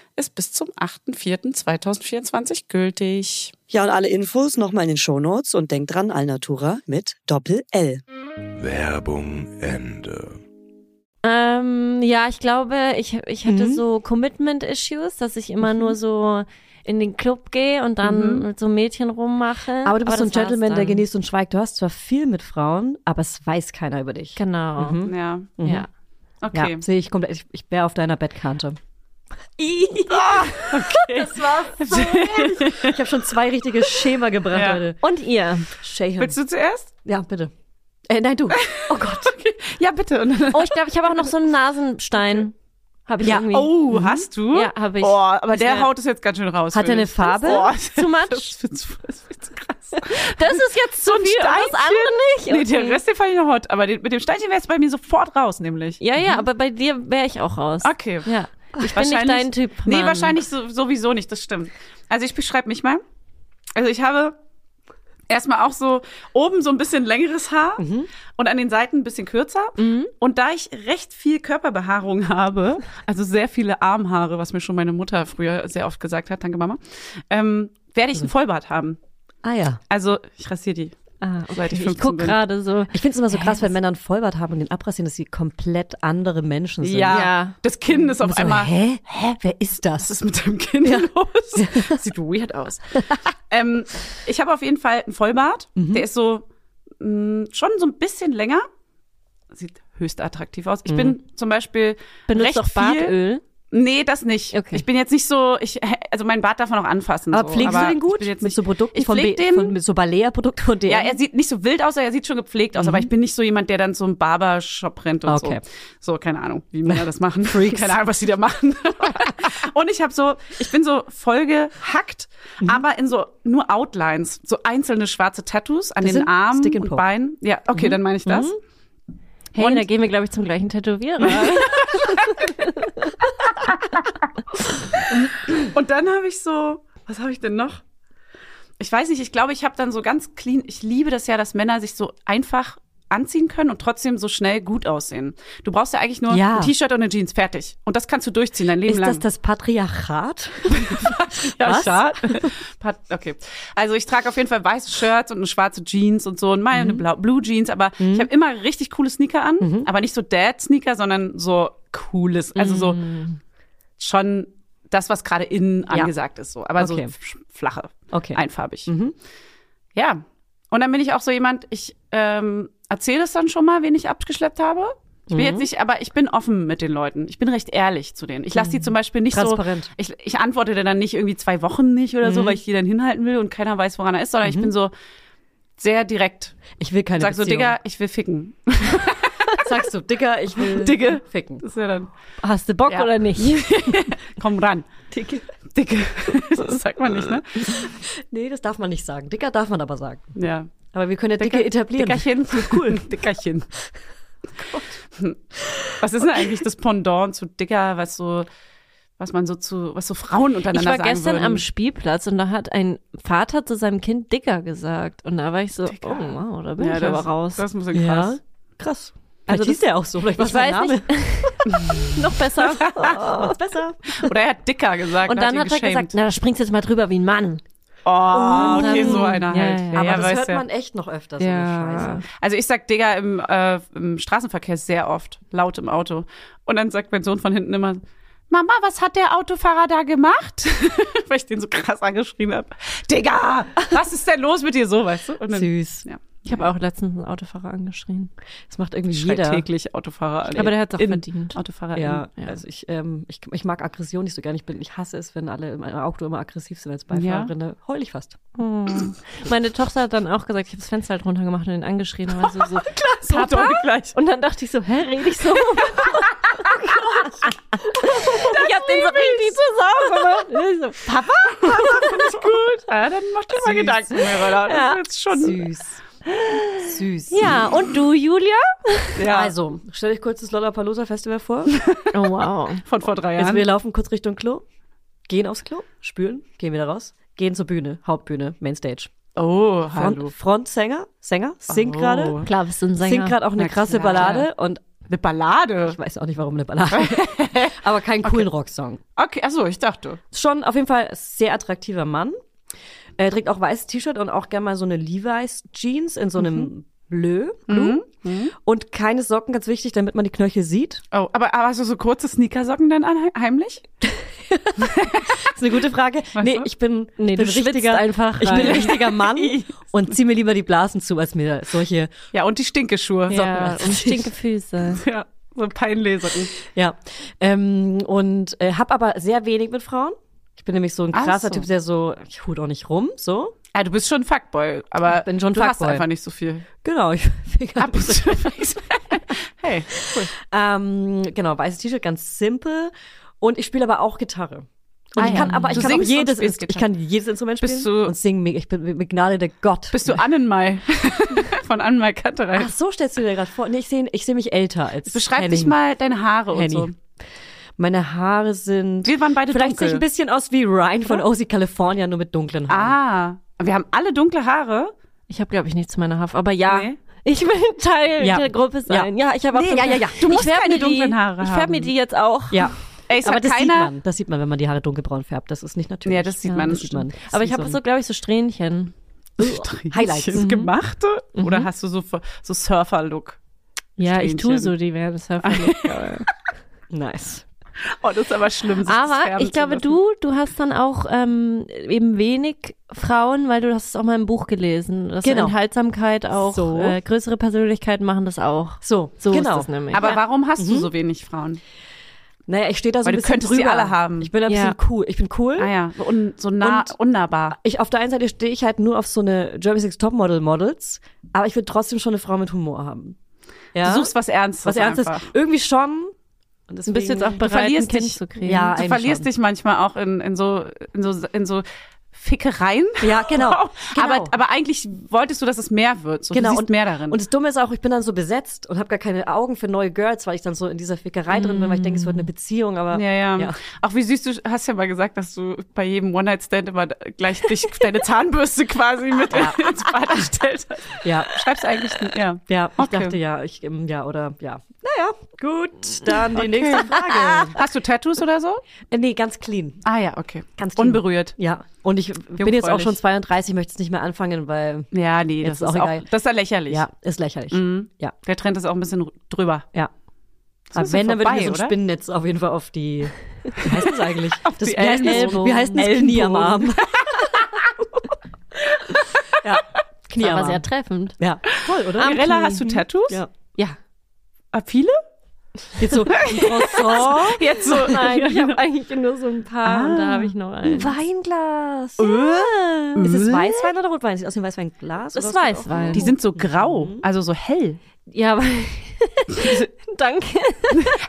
ist bis zum 8.4.2024 gültig. Ja, und alle Infos nochmal in den Shownotes und denkt dran, Alnatura mit Doppel-L. Werbung, Ende. Ähm, ja, ich glaube, ich, ich hatte so Commitment-Issues, dass ich immer nur so in den Club gehe und dann mit so Mädchen rummache. Aber du bist so ein das war's Gentleman, der dann. genießt und schweigt. Du hast zwar viel mit Frauen, aber es weiß keiner über dich. Genau. Mhm. Ja. Ja. Okay. Ja, sehe ich komplett. Ich, ich wäre auf deiner Bettkante. Ah, Ich habe schon zwei richtige Schema gebracht, Ja. Leute. Und ihr? Shahan. Willst du zuerst? Ja, bitte. Äh, nein, du. Oh Gott. Ja, bitte. Und dann- Oh, ich glaube, ich habe auch noch so einen Nasenstein. Habe ich ja, irgendwie. oh, hast du? Ja, hab ich. Oh, aber der wär- haut es jetzt ganz schön raus. Hat er finde eine ich. Farbe? Oh, Too much? Das wird zu, das wird zu krass. Das ist jetzt zu So ein viel und Steinchen? das andere nicht. Nee, der Okay. Rest, den fand ich noch hot. Aber den, mit dem Steinchen wärst du bei mir sofort raus, nämlich. Ja, ja, aber bei dir wäre ich auch raus. Okay. Ja. Ich bin nicht dein Typ. Mann. Nee, wahrscheinlich so, sowieso nicht, das stimmt. Also ich beschreibe mich mal. Also ich habe erstmal auch so oben so ein bisschen längeres Haar Mhm. und an den Seiten ein bisschen kürzer. Und da ich recht viel Körperbehaarung habe, also sehr viele Armhaare, was mir schon meine Mutter früher sehr oft gesagt hat, danke Mama, ähm, werde ich Mhm. einen Vollbart haben. Ah ja. Also ich rasiere die. Ah, Seit okay. ich Ich 15 guck bin. gerade so. Ich finde es immer so krass, wenn Männer einen Vollbart haben und den abrasieren, dass sie komplett andere Menschen sind. Ja. Das Kinn ist auf so, einmal. Hä? Hä? Wer ist das? was ist mit deinem Kind los? Sieht weird aus. ähm, ich habe auf jeden Fall einen Vollbart. Mhm. Der ist so mh, schon so ein bisschen länger. Mhm. Sieht höchst attraktiv aus. Ich bin zum Beispiel Benutzt recht auch viel. Bartöl. Nee, das nicht. Okay. Ich bin jetzt nicht so, ich, also mein Bart darf man auch anfassen. Aber so, pflegst aber du den Ich gut? bin jetzt mit nicht, so Produkten ich von, pfleg B- den, von mit so Balea-Produkten von DM? ja, er sieht nicht so wild aus, aber er sieht schon gepflegt aus, aber ich bin nicht so jemand, der dann so einen Barbershop rennt und Mhm. Okay. so. So, keine Ahnung, wie Männer das machen. Freaks. Keine Ahnung, was die da machen. und ich habe so, ich bin so vollgehackt, Mhm. aber in so nur Outlines, so einzelne schwarze Tattoos an Das den sind Armen Stick and und Poke. Mhm. Beinen. Ja, okay, dann meine ich das. Hey, Und- da gehen wir, glaube ich, zum gleichen Tätowierer. Und dann habe ich so, was habe ich denn noch? Ich weiß nicht, ich glaube, ich habe dann so ganz clean, ich liebe das ja, dass Männer sich so einfach anziehen können und trotzdem so schnell gut aussehen. Du brauchst ja eigentlich nur Ja. ein T-Shirt und eine Jeans, fertig. Und das kannst du durchziehen dein Leben Ist lang. das das Patriarchat? Ja, Was? schade. Pat- okay. Also ich trage auf jeden Fall weiße Shirts und eine schwarze Jeans und so und mal Mhm. eine blau, Blue Jeans, aber ich habe immer richtig coole Sneaker an, aber nicht so Dad Sneaker, sondern so cooles, also so Mhm. schon das, was gerade innen angesagt ist, so, aber Okay. so f- flache, Okay. Mhm. einfarbig. Ja. Und dann bin ich auch so jemand, ich ähm, erzähle es dann schon mal, wen ich abgeschleppt habe. Ich bin jetzt Mhm. nicht, aber ich bin offen mit den Leuten. Ich bin recht ehrlich zu denen. Ich lasse die zum Beispiel nicht Mhm. Transparent. Mhm. so. Ich, ich antworte dir dann nicht irgendwie zwei Wochen nicht oder so, weil ich die dann hinhalten will und keiner weiß, woran er ist, sondern ich bin so sehr direkt. Ich will keine Sag so, Beziehung. Digga, ich will ficken. Sagst du, Digga, ich will Dicke. ficken. Das ist ja dann, Hast du Bock Ja. oder nicht? komm ran. Dicke. Dicke. Das sagt man nicht, ne? Nee, das darf man nicht sagen. Dicker darf man aber sagen. Ja. Aber wir können ja Dicke, Dicker- etablieren. Dickerchen, cool. Dickerchen. Was ist denn eigentlich das Pendant zu dicker, was so, was man so zu, was so Frauen Ich untereinander war sagen gestern würden? am Spielplatz und da hat ein Vater zu seinem Kind dicker gesagt. Und da war ich so, Dicker. oh wow, da bin ja, ich das, aber raus. Das muss ja Ja, krass. krass. Also Vielleicht hieß das- der auch so. Vielleicht war ich weiß sein Name. nicht. Noch besser. Macht's besser. Oder er hat dicker gesagt. Und dann ihn hat er gesagt, geschämt. na, da springst du jetzt mal drüber wie ein Mann. oh, Und okay, dann- so einer Ja, halt. ja, ja. Aber ja, das weiß hört ja. man echt noch öfter, so eine Scheiße. Ja. Also ich sag Digger im, äh, im Straßenverkehr sehr oft, laut im Auto. Und dann sagt mein Sohn von hinten immer, Mama, was hat der Autofahrer da gemacht? Weil ich den so krass angeschrien habe. Digga, was ist denn los mit dir so, weißt du? Und dann, Süß. Ja. Ich habe auch letztens einen Autofahrer angeschrien. Das macht irgendwie Schreit jeder. Halt täglich Autofahrer an. Aber der hat's auch In- verdient. Autofahrer Ja, Ja. also ich, ähm, ich, ich mag Aggression nicht so gerne. Ich, bin, ich hasse es, wenn alle im Auto immer aggressiv sind als Beifahrerin. Da heul ich fast. Hm. Meine Tochter hat dann auch gesagt, ich habe das Fenster halt runtergemacht und ihn angeschrien. Und, war so, so, so Papa? doll gleich. und dann dachte ich so, hä, rede ich so? ich habe den so richtig zusammen gemacht. Ich so, Papa? Ist gut. Ja, dann mach dir mal Gedanken mehr, Roller. Das ist jetzt schon. Süß. Süß. Ja, und du, Julia? Ja, Also, stell dich kurz das Lollapalooza Festival vor. Oh, wow. von vor drei Also Jahren. wir laufen kurz Richtung Klo, gehen aufs Klo, spülen, gehen wieder raus, gehen zur Bühne, Hauptbühne, Mainstage. Oh, Front, Frontsänger, Sänger, singt Oh. gerade, Klar, bist du ein singt Sänger. gerade auch eine Na krasse klar. Ballade und Eine Ballade. ich weiß auch nicht, warum eine Ballade, aber keinen coolen Rocksong. Okay, achso, ich dachte. Schon auf jeden Fall sehr attraktiver Mann. Er trägt auch weißes T-Shirt und auch gerne mal so eine Levi's Jeans in so einem Mhm. Bleu, Blue. und keine Socken, ganz wichtig, damit man die Knöchel sieht. Oh, aber, aber hast du so kurze Sneakersocken dann an, heimlich? Das ist eine gute Frage. nee, du? ich bin, Nee, ich bin du schwitzt richtiger, einfach Ich bin rein. richtiger Mann und zieh mir lieber die Blasen zu, als mir solche Ja, und die Stinkeschuhe. Ja, Socken. und stinke Füße. Ja, so Peinlesocken. Ja, ähm, und äh, hab aber sehr wenig mit Frauen. Ich bin nämlich so ein Ach krasser so. Typ, der so, ich hol doch nicht rum, so. Ah, du bist schon ein Fuckboy, aber Ich bin schon du hast Fuckboy. einfach nicht so viel. Genau, ich Ah, bist du- hey, cool. ähm, Genau, weißes T-Shirt, ganz simpel. Und ich spiele aber auch Gitarre. Und Ah ich ja. kann aber, ich Du kann, auch singst und jedes, spielst Inst- ich kann jedes Instrument spielen Bist du- und singen. Ich bin Gnade der Gott. bist du Annenmai von Annenmai Katterei? Ach, so stellst du dir gerade vor. Nee, ich sehe ich seh mich älter als Beschreib Henning. dich mal deine Haare und Henny. so. Meine Haare sind... Wir waren beide Vielleicht sehe ich dunkel. ein bisschen aus wie Ryan von OC California, nur mit dunklen Haaren. Ah, wir haben alle dunkle Haare. Ich habe, glaube ich, nichts zu meiner Haft, aber ja. Nee. Ich will Teil Ja. der Gruppe sein. Ja, ich habe auch Nee, dunkle- ja, ja, ja. Du musst ich färb keine mir die, dunklen Haare Ich färb mir haben. die jetzt auch. Ja. Ey, es aber hat das keiner. sieht man. Das sieht man, wenn man die Haare dunkelbraun färbt. Das ist nicht natürlich. Ja, das sieht man, Das das sieht man. Das Aber ist ich habe ein- so, glaube ich, so Strähnchen. Highlights. Highlights gemachte Mhm. oder hast du so so Surfer Look? Ja, ich tue Strähnchen. so, die werden surfer nice. Oh, das ist aber schlimm. sich das Aber färben ich zu glaube, lassen. du, du hast dann auch ähm, eben wenig Frauen, weil du hast es auch mal im Buch gelesen. Dass Genau. Enthaltsamkeit auch, So. äh, größere Persönlichkeiten machen das auch. So, So genau. ist es nämlich. Aber warum hast du so wenig Frauen? Naja, ich stehe da so Weil ein du bisschen könntest sie drüber. alle haben. Ich bin ein Ja. bisschen cool. Ich bin cool. Ah ja, un, so nah, Und- unnahbar. Ich, auf der einen Seite stehe ich halt nur auf so eine Jeremy Six Topmodel Models, aber ich will trotzdem schon eine Frau mit Humor haben. Ja? Du suchst was Ernstes. was Ernstes. Einfach. Irgendwie schon. Und Du deswegen, bist jetzt auch Du bereit, ein verlierst Kind dich. zu kriegen. Ja, Du eigentlich verlierst schon. dich manchmal auch in, in, so, in, so, in so Fickereien. Ja, genau. genau. Aber, aber eigentlich wolltest du, dass es mehr wird. So, du siehst mehr darin. Und das Dumme ist auch, ich bin dann so besetzt und habe gar keine Augen für neue Girls, weil ich dann so in dieser Fickerei drin bin, weil ich denke, es wird eine Beziehung, aber Mm. ja, ja, ja. Auch wie süß, du hast ja mal gesagt, dass du bei jedem One-Night-Stand immer gleich dich, deine Zahnbürste quasi mit ins Bad gestellt hast. ja. Schreibst eigentlich, ja. Ja, ich Okay. dachte ja, ich ähm, ja oder ja. Naja, gut, dann die nächste Frage. Hast du Tattoos oder so? Äh, nee, ganz clean. Ah ja, okay. Ganz clean. Unberührt. Ja, und ich bin jetzt auch schon Jungfräulich. 32, möchte es nicht mehr anfangen, weil Ja, nee, Jetzt das ist ist auch auch, egal. das ist ja lächerlich. ja, ist lächerlich. Mm. Ja, Der Trend ist auch ein bisschen r- drüber. ja. Aber ist wenn, dann würde ich mir vorbei, so ein oder? Spinnennetz auf jeden Fall auf die, wie heißt das eigentlich? das, die wie, heißt das, Ellenbogen. wie heißt das Knie am Arm? ja, Knie Das am war Arm. sehr treffend. Ja, toll, oder? Mirella, hast du Tattoos? Ja. Ja. Ah, viele? Jetzt so ein Croissant. Jetzt so. Nein, ich habe eigentlich nur so ein paar und da habe ich noch einen. Weinglas. Ja. Ist es Weißwein oder Rotwein? Sieht aus wie ein Weißweinglas. Das oder ist was kommt Weißwein. Die sind so grau, also so hell. ja, aber danke.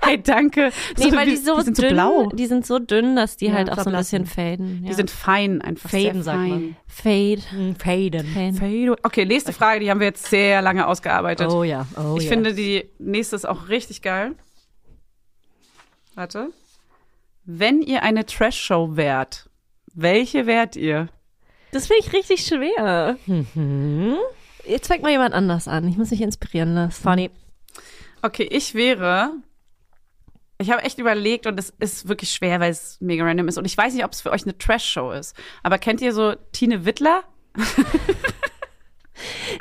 Hey, danke. Nee, So, weil die, so die sind so dünn, blau. Die sind so dünn, dass die Ja, halt auch so ein verblassen. bisschen faden. Ja. Die sind Hm. fein einfach. Faden, sehr sagt fein. fade. auch? Faden. Faden. Fade. Okay, nächste Frage, die haben wir jetzt sehr lange ausgearbeitet. Oh ja, oh ich ja. finde die nächste ist auch richtig geil. Warte. Wenn ihr eine Trash-Show wärt, welche wärt ihr? Das finde ich richtig schwer. Mhm. Jetzt fängt mal jemand anders an. Ich muss mich inspirieren lassen. Funny. Okay, ich wäre. Ich habe echt überlegt und es ist wirklich schwer, weil es mega random ist. Und ich weiß nicht, ob es für euch eine Trash-Show ist. Aber kennt ihr so Tine Wittler?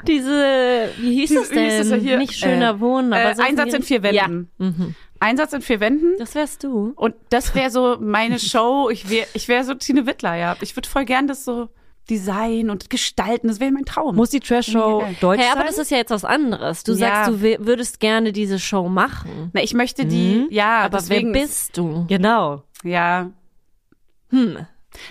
Diese, wie hieß Diese- das wie hieß denn? das ja hier? Nicht schöner Äh, Wohnen, aber äh, so Einsatz in vier Wänden. Ja. Mhm. Einsatz in vier Wänden. Das wärst du. Und das wäre so meine Show. Ich wäre ich wär so Tine Wittler, ja. Ich würde voll gern das so design und gestalten. Das wäre mein Traum. Muss die Trash-Show Mega geil. deutsch Hey, aber sein? das ist ja jetzt was anderes. Du Ja. sagst, du wi- würdest gerne diese Show machen. Na, ich möchte die, ja, Mhm. Aber deswegen. wer bist du? genau. ja. Hm.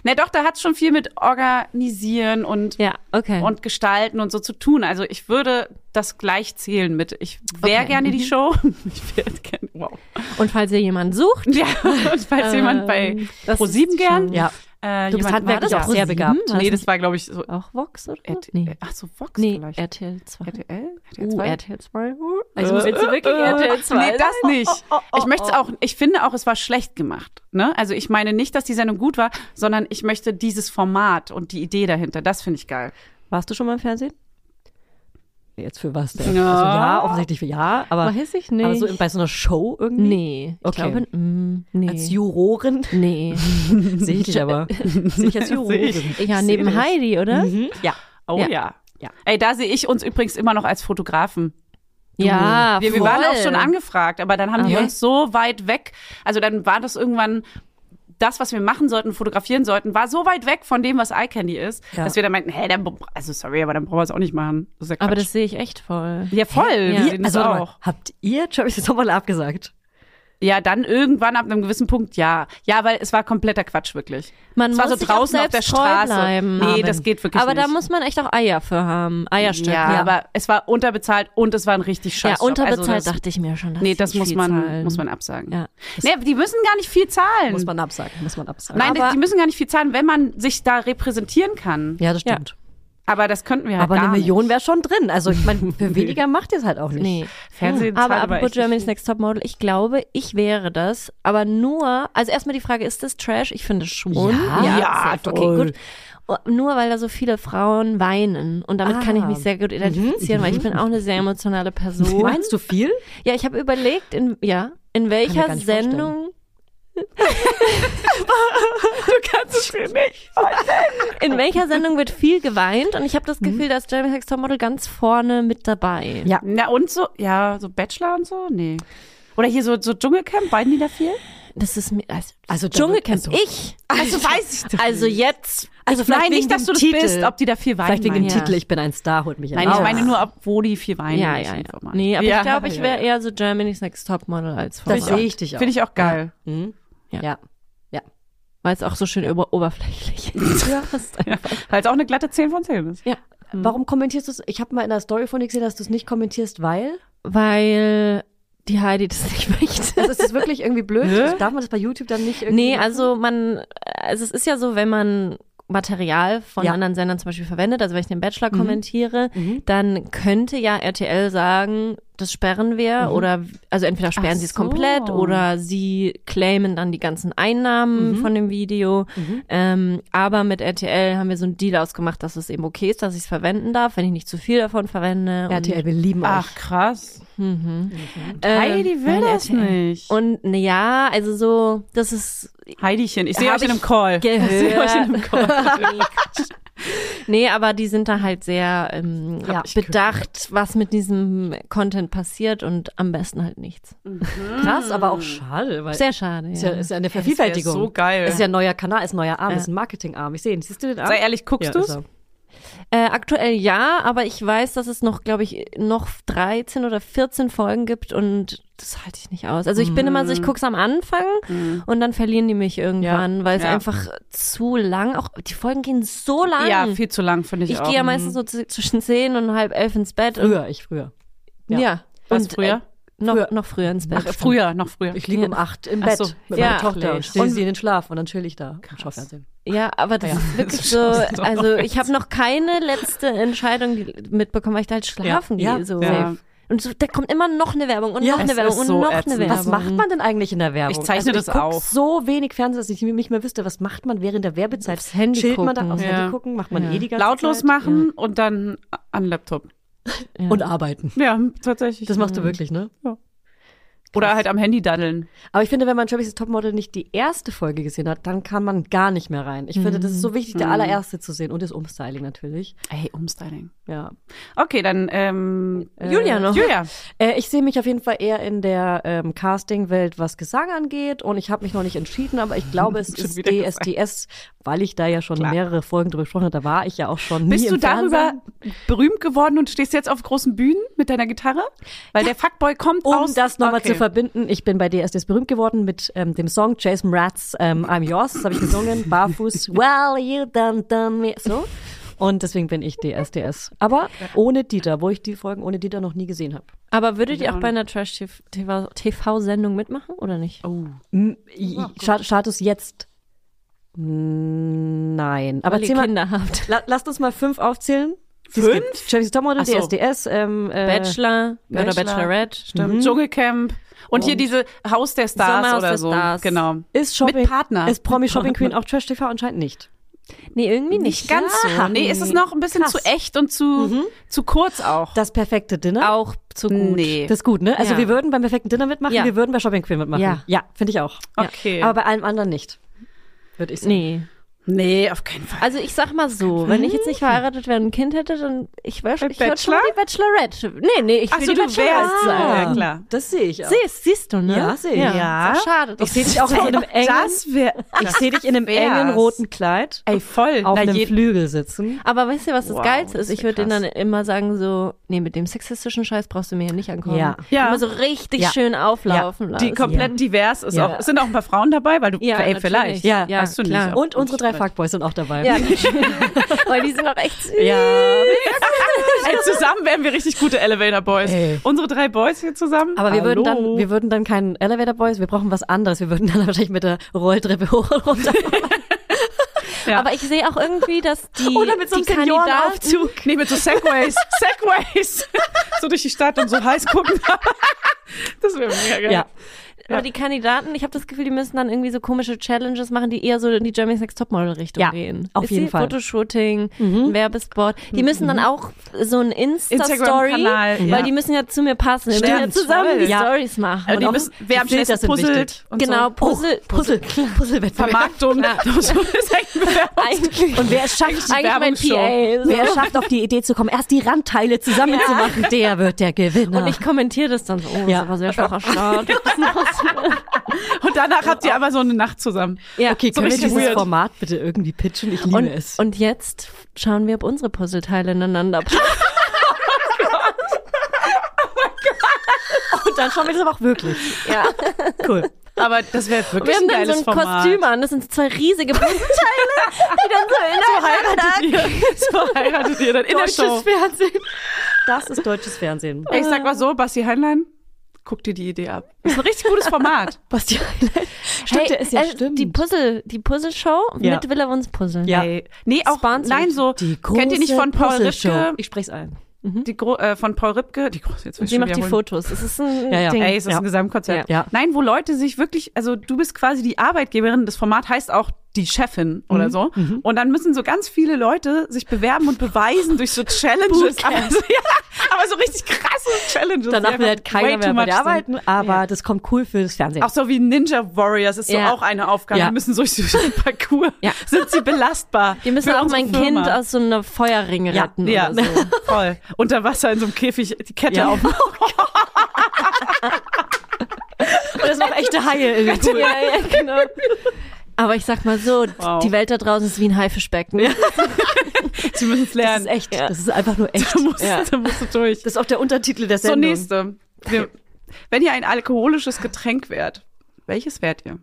Na doch, da hat es schon viel mit organisieren und Ja, okay. und gestalten und so zu tun. Also ich würde das gleich zählen mit. Ich wäre Okay. mhm. gerne die Show. Ich wäre gerne. Wow. Und falls ihr jemanden sucht, Ja, und falls jemand bei Ähm, das Pro ist 7 gern. schon- Ja. Äh, Du bist jemand halt handwerklich mag, auch ja. sehr begabt. Pro 7? Nee, das war, glaube ich, so. auch Vox oder? RT, nee. Ach so, Vox Nee, vielleicht. RTL 2. RTL? RTL Uh, 2? RTL 2. Uh. Also willst du wirklich RTL 2 Nee, das sein? nicht. oh, ich möchte es auch, ich finde auch, es war schlecht gemacht. Ne? Also ich meine nicht, dass die Sendung gut war, sondern ich möchte dieses Format und die Idee dahinter. Das finde ich geil. Warst du schon mal im Fernsehen? Jetzt für was denn? Ja. Also ja, offensichtlich für ja, aber, Weiß ich aber nicht. so in- bei so einer Show irgendwie? nee. Ich Okay. glaube, mm, nee. Als Jurorin? nee. Sehe ich dich aber. Sehe ich als Jurorin. Ja, neben Heidi, oder? Ja. Oh Ja. ja. Ja. Ey, da sehe ich uns übrigens immer noch als Fotografen. Ja, Wir, wir voll. waren auch schon angefragt, aber dann haben die Aha. uns so weit weg. Also dann war das irgendwann das, was wir machen sollten, fotografieren sollten, war so weit weg von dem, was Eye Candy ist, Ja. dass wir dann meinten, hä, dann, br- also sorry, aber dann brauchen wir es auch nicht machen. Das ist ja Quatsch. Aber das sehe ich echt voll. ja, voll. Wir Ihr, sehen also das warte mal, auch. habt ihr Travis jetzt nochmal abgesagt? Ja, dann irgendwann ab einem gewissen Punkt ja. Ja, weil es war kompletter Quatsch, wirklich. Man es war muss so sich auch draußen auf der selbst treu Straße. bleiben. Nee, Amen. das geht wirklich Aber nicht. da muss man echt auch Eier für haben. Eierstück. ja, aber es war unterbezahlt und es war ein richtig ja scheiß Job. unterbezahlt Also das, dachte ich mir schon. Dass Nee, das die muss viel man, zahlen. muss man absagen. Ja. Nee, die müssen gar nicht viel zahlen. Muss man absagen, muss man absagen. Nein, das, Aber- die müssen gar nicht viel zahlen, wenn man sich da repräsentieren kann. Ja, das stimmt. Aber das könnten wir halt Aber gar eine Million nicht. wäre schon drin. Also ich meine, für weniger macht ihr es halt auch nicht. Nee. Fernsehen zahlt Hm. aber aber apropos echt nicht Germany's viel. Next Top Model, ich glaube, ich wäre das, aber nur, also erstmal die Frage, ist das Trash? Ich finde schon. Ja. Ja, safe, okay, gut. Oh, Nur weil da so viele Frauen weinen und damit kann ich Ah. mich sehr gut identifizieren, weil ich bin auch eine sehr emotionale Person. Meinst du viel? Ja, ich habe überlegt, in, ja, in welcher gar nicht vorstellen. Sendung. du kannst es für mich. In welcher Sendung wird viel geweint? Und ich habe das Mhm. Gefühl, dass Jeremy Sex Topmodel ganz vorne mit dabei. Ja. Na und so, ja, so Bachelor und so? Nee. Oder hier so, so Dschungelcamp, beiden die da viel? Das ist mir. Also, Also also da wird- Dschungelcamp. also- ich. Also weiß ich doch Also jetzt. Also vielleicht Nein, wegen nicht, dass du dem das Titel. bist, ob die da viel Wein Vielleicht wegen dem meinen. Ja. Titel, ich bin ein Star, holt mich Nein, heraus. ich meine nur, ob wo die viel Wein Ja, in ja, diesem ja. Format. Nee, aber Ja. ich glaube, ich wäre eher so Germany's Next Topmodel als Das Format. sehe ich dich auch. Finde ich auch geil. Mhm. Ja. Ja. Weil es auch so schön über oberflächlich ist. Ja. Ja. Weil es auch eine glatte 10 von 10 ist. ja. Warum kommentierst du es? Ich habe mal in der Story von dir gesehen, dass du es nicht kommentierst, weil. Weil die Heidi das nicht möchte. Also ist es wirklich irgendwie blöd? Hä? Darf man das bei YouTube dann nicht irgendwie. Nee, also man, also es ist ja so, wenn man Material von Ja. Mhm. anderen Sendern zum Beispiel verwendet, also wenn ich den Bachelor kommentiere, dann könnte ja RTL sagen, das sperren wir Mhm. oder also entweder sperren Ach sie es so. komplett oder sie claimen dann die ganzen Mhm. Einnahmen von dem Video. Ähm, aber mit RTL haben wir so einen Deal ausgemacht, dass es eben okay ist, dass ich es verwenden darf, wenn ich nicht zu viel davon verwende. Und- also RTL, wir lieben Ach, euch. krass. Ähm, Heidi will weil das RTL nicht. Und na ja, also so, das ist Heidichen, ich sehe Hab euch in einem ich Call. Ich sehe euch in einem Call. nee, aber die sind da halt sehr ähm, Ja. bedacht, was mit diesem Content passiert und am besten halt nichts. Äh, Krass, aber auch schade, weil. Sehr schade. Hm. Ja. ist, ja, ist ja eine wär Vervielfältigung. so geil. Ist ja ein neuer Kanal, ist ein neuer Arm, ist ein Marketingarm. Ich sehe ihn. Siehst du den Arm? Sei ehrlich, guckst ja, also- du's? ist er. äh, aktuell ja, aber ich weiß, dass es noch, glaube ich, noch 13 oder 14 Folgen gibt und das halte ich nicht aus. Also ich bin immer so, ich guck's am Anfang und dann verlieren die mich irgendwann, weil es Mm. Ja. einfach zu lang, auch die Folgen gehen so lang. Ja, viel zu lang, finde ich, Ah. ich auch. gehe ja meistens so z- zwischen 10 und halb 11 ins Bett. Und, Früher, ich früher. ja. Was, und, früher? Äh, noch, Früher. noch früher ins Bett. Ach, früher, noch früher. Ich liege um acht im Ach Bett so, mit ja. meiner Tochter und Schlecht. stelle Und- sie in den Schlaf und dann chill ich da. und schau Fernsehen. Ja, aber das ist wirklich so, also ich habe noch keine letzte Entscheidung die- mitbekommen, weil ich da halt schlafen Ja, gehe. So. ja. Und so, da kommt immer noch eine Werbung und Ja, noch eine es Werbung ist und so noch ätzend. eine Werbung. Was macht man denn eigentlich in der Werbung? hm. Ich zeichne also, das guck auf. so wenig Fernsehen, dass ich nicht mehr wüsste, was macht man während der Werbezeit? Aufs Handy Chillt man da gucken. aufs Ja. Handy gucken? Macht man eh die ganze Lautlos Zeit? machen und dann an den Laptop. Und arbeiten. Ja, tatsächlich. Das machst du wirklich, ne? Oder halt am Handy daddeln. Aber ich finde, wenn man Travis' Topmodel nicht die erste Folge gesehen hat, dann kann man gar nicht mehr rein. Ich finde, das Mhm. ist so wichtig, der allererste zu sehen und das Umstyling natürlich. Ey, Umstyling. Ja. Okay, dann ähm, Julia noch. Julia. Äh, ich sehe mich auf jeden Fall eher in der ähm, Casting-Welt, was Gesang angeht. Und ich habe mich noch nicht entschieden, aber ich glaube, es Schon ist wieder DSDS, weil ich da ja schon mehrere Folgen drüber gesprochen habe. Da war ich ja auch schon nie Bist du im Fernsehen. darüber berühmt geworden und stehst jetzt auf großen Bühnen mit deiner Gitarre? Weil der Fuckboy kommt Um aus... das nochmal Okay. zu verbinden, ich bin bei DSDS berühmt geworden mit ähm, dem Song Jason Mraz, ähm, I'm Yours, das habe ich gesungen, barfuß, well, you done done me, so. Und deswegen bin ich DSDS. Aber ohne Dieter, wo ich die Folgen ohne Dieter noch nie gesehen habe. Aber würdet ihr auch bei einer Trash-TV-Sendung mitmachen oder nicht? Oh, Scha- Status jetzt? Nein. Aber Weil zähl ihr mal, Kinder habt. la, lasst uns mal fünf aufzählen. Fünf? Travis Topmodel, Ach so. DSDS, ähm, äh, Bachelor, oder Bachelor. Bachelorette. Stimmt, Dschungelcamp. Und, hier diese Haus der Stars Sommerhaus oder der so. Stars. Genau. ist Shopping, Mit Partner. Ist Promi Shopping Queen auch Trash TV? Anscheinend nicht. Nee, irgendwie nicht. Nicht ganz Ja. so. Mhm. Nee, ist es noch ein bisschen Krass. zu echt und zu, zu kurz auch. Das perfekte Dinner? Auch zu gut. Nee. Das ist gut, ne? Also Ja. wir würden beim perfekten Dinner mitmachen, Ja. wir würden bei Shopping Queen mitmachen. Ja. finde ich auch. Okay. Aber bei allem anderen nicht. Würde ich sagen. Nee. nee, auf keinen Fall. Also ich sag mal so, wenn ich jetzt nicht verheiratet wäre und ein Kind hätte, dann ich wäre schon, ich würd schon Mhm. Bachelor? die Bachelorette. Nee, nee, ich Ach will so, die Also du Bachelorette wärst- sein. Ja, klar. Ähm, Das sehe ich auch. Siehst, siehst du, ne? Ja, sehe ich. Ja. Ist doch Schade. Ich sehe dich auch in Also einem engen, das wäre... ich sehe dich in einem wär's. engen roten Kleid Ey, voll. auf Na, einem je- Flügel sitzen. Aber weißt du, was das Wow, Geilste das ist? Ich wär würde denen krass. dann immer sagen so, nee, mit dem sexistischen Scheiß brauchst du mir hier nicht ankommen. Ja. Ja. Immer so richtig Ja. schön auflaufen die lassen. komplett divers ist Ja. auch. Es sind auch ein paar Frauen dabei, weil du Ja, ey, natürlich. vielleicht. Ja, ja, weißt du klar. nicht. Und unsere drei Fuckboys sind auch dabei. ja, weil die sind auch echt süß. Ja. Ey, zusammen wären wir richtig gute Elevator Boys. Ey. Unsere drei Boys hier zusammen. Aber wir würden, Hallo. dann, wir würden dann keinen Elevator Boys, wir brauchen was anderes. Wir würden dann wahrscheinlich mit der Rolltreppe hoch und runter. Ja. Aber ich sehe auch irgendwie, dass die, Oder mit so einem die Kandidaten, Seniorenaufzug. Nee, mit so Segways. Segways. so durch die Stadt und so heiß gucken. das wäre mega geil. Ja. aber die Kandidaten, ich habe das Gefühl, die müssen dann irgendwie so komische Challenges machen, die eher so in die Germany's Next Topmodel Richtung Ja, gehen. auf Ist jeden die Fall. Mhm. Fotoshooting, ein Werbespot. Die müssen dann auch so ein Insta Story, Instagram-Kanal, weil ja. die müssen ja zu mir passen, wir müssen ja Stimmt, zusammen voll. die Ja. Stories machen. Und die auch müssen, wer am Filter schnellsten sind puzzelt. wichtig. Und genau, So. Puzzle, Oh, Puzzle, Puzzlewettbewerb. Vermarktung. so ist eigentlich ein Bewerbungs- Eigentlich, Und wer es schafft, die eigentlich mein Werbungsshow. PA. So. Wer es schafft, auf die Idee zu kommen, erst die Randteile zusammenzumachen, der wird der Gewinner. Und ich kommentiere das dann so. Oh, Ja. ja. war sehr schwacher Start. Das ist noch was. Und danach habt ihr aber so eine Nacht zusammen. Oh. Ja, Okay, So können wir richtig dieses weird. Format bitte irgendwie pitchen? Ich liebe und, es. und jetzt schauen wir, ob unsere Puzzleteile ineinander passen. Und dann schauen wir das aber auch wirklich. Ja. Cool. Aber das wäre wirklich Wir haben ein dann so geiles ein Format. Kostüm an, das sind so zwei riesige Puzzleteile, die dann so ineinander passen. So heiratet ihr dann in der Show. Fernsehen. Das ist deutsches Fernsehen. Ich sag mal so, Basti Heinlein, guck dir die Idee ab. Ist ein richtig gutes Format. Basti Heinlein. Stimmt, der ist ja äh, stimmt. Die Puzzle, die Puzzle-Show Ja. mit Willa Wuns Puzzle. Ja. Nee, nee auch Sponsored. nein so. kennt ihr nicht von Paul Rippke? Ich spreche es ein. Die Gro äh, von Paul Rippke, die große jetzt will Und ich sie schon macht die wiederholen. Fotos. Es ist ein Ja, ja. Ding. Ey, es ist Ja. ein Gesamtkonzept. Ja. Ja. Nein, wo Leute sich wirklich, also du bist quasi die Arbeitgeberin, das Format heißt auch die Chefin oder Mhm. so. Und dann müssen so ganz viele Leute sich bewerben und beweisen durch so Challenges. aber, so, ja, aber so richtig krasse Challenges. die Danach einfach will halt way keiner too mehr bei much dir sind. arbeiten, aber das kommt cool fürs Fernsehen. Auch so wie Ninja Warriors ist Ja. so auch eine Aufgabe. Ja. Die müssen durch so einen Parcours. Ja. Sind sie belastbar? Wir müssen für auch unsere mein Firma. Kind aus so einer Feuerringe Ja. retten Ja, oder so. voll. Unter Wasser in so einem Käfig die Kette Ja. aufmachen. Und das sind auch echte Haie. in dem Pool. Ja, ja, genau. Aber ich sag mal so, d- Wow. die Welt da draußen ist wie ein Haifischbecken. Sie müssen es Das lernen. ist echt. Das ist einfach nur echt. Da musst, da musst du durch. Das ist auch der Untertitel der so, Sendung. nächste. Wir, wenn ihr ein alkoholisches Getränk wärt, welches wärt ihr?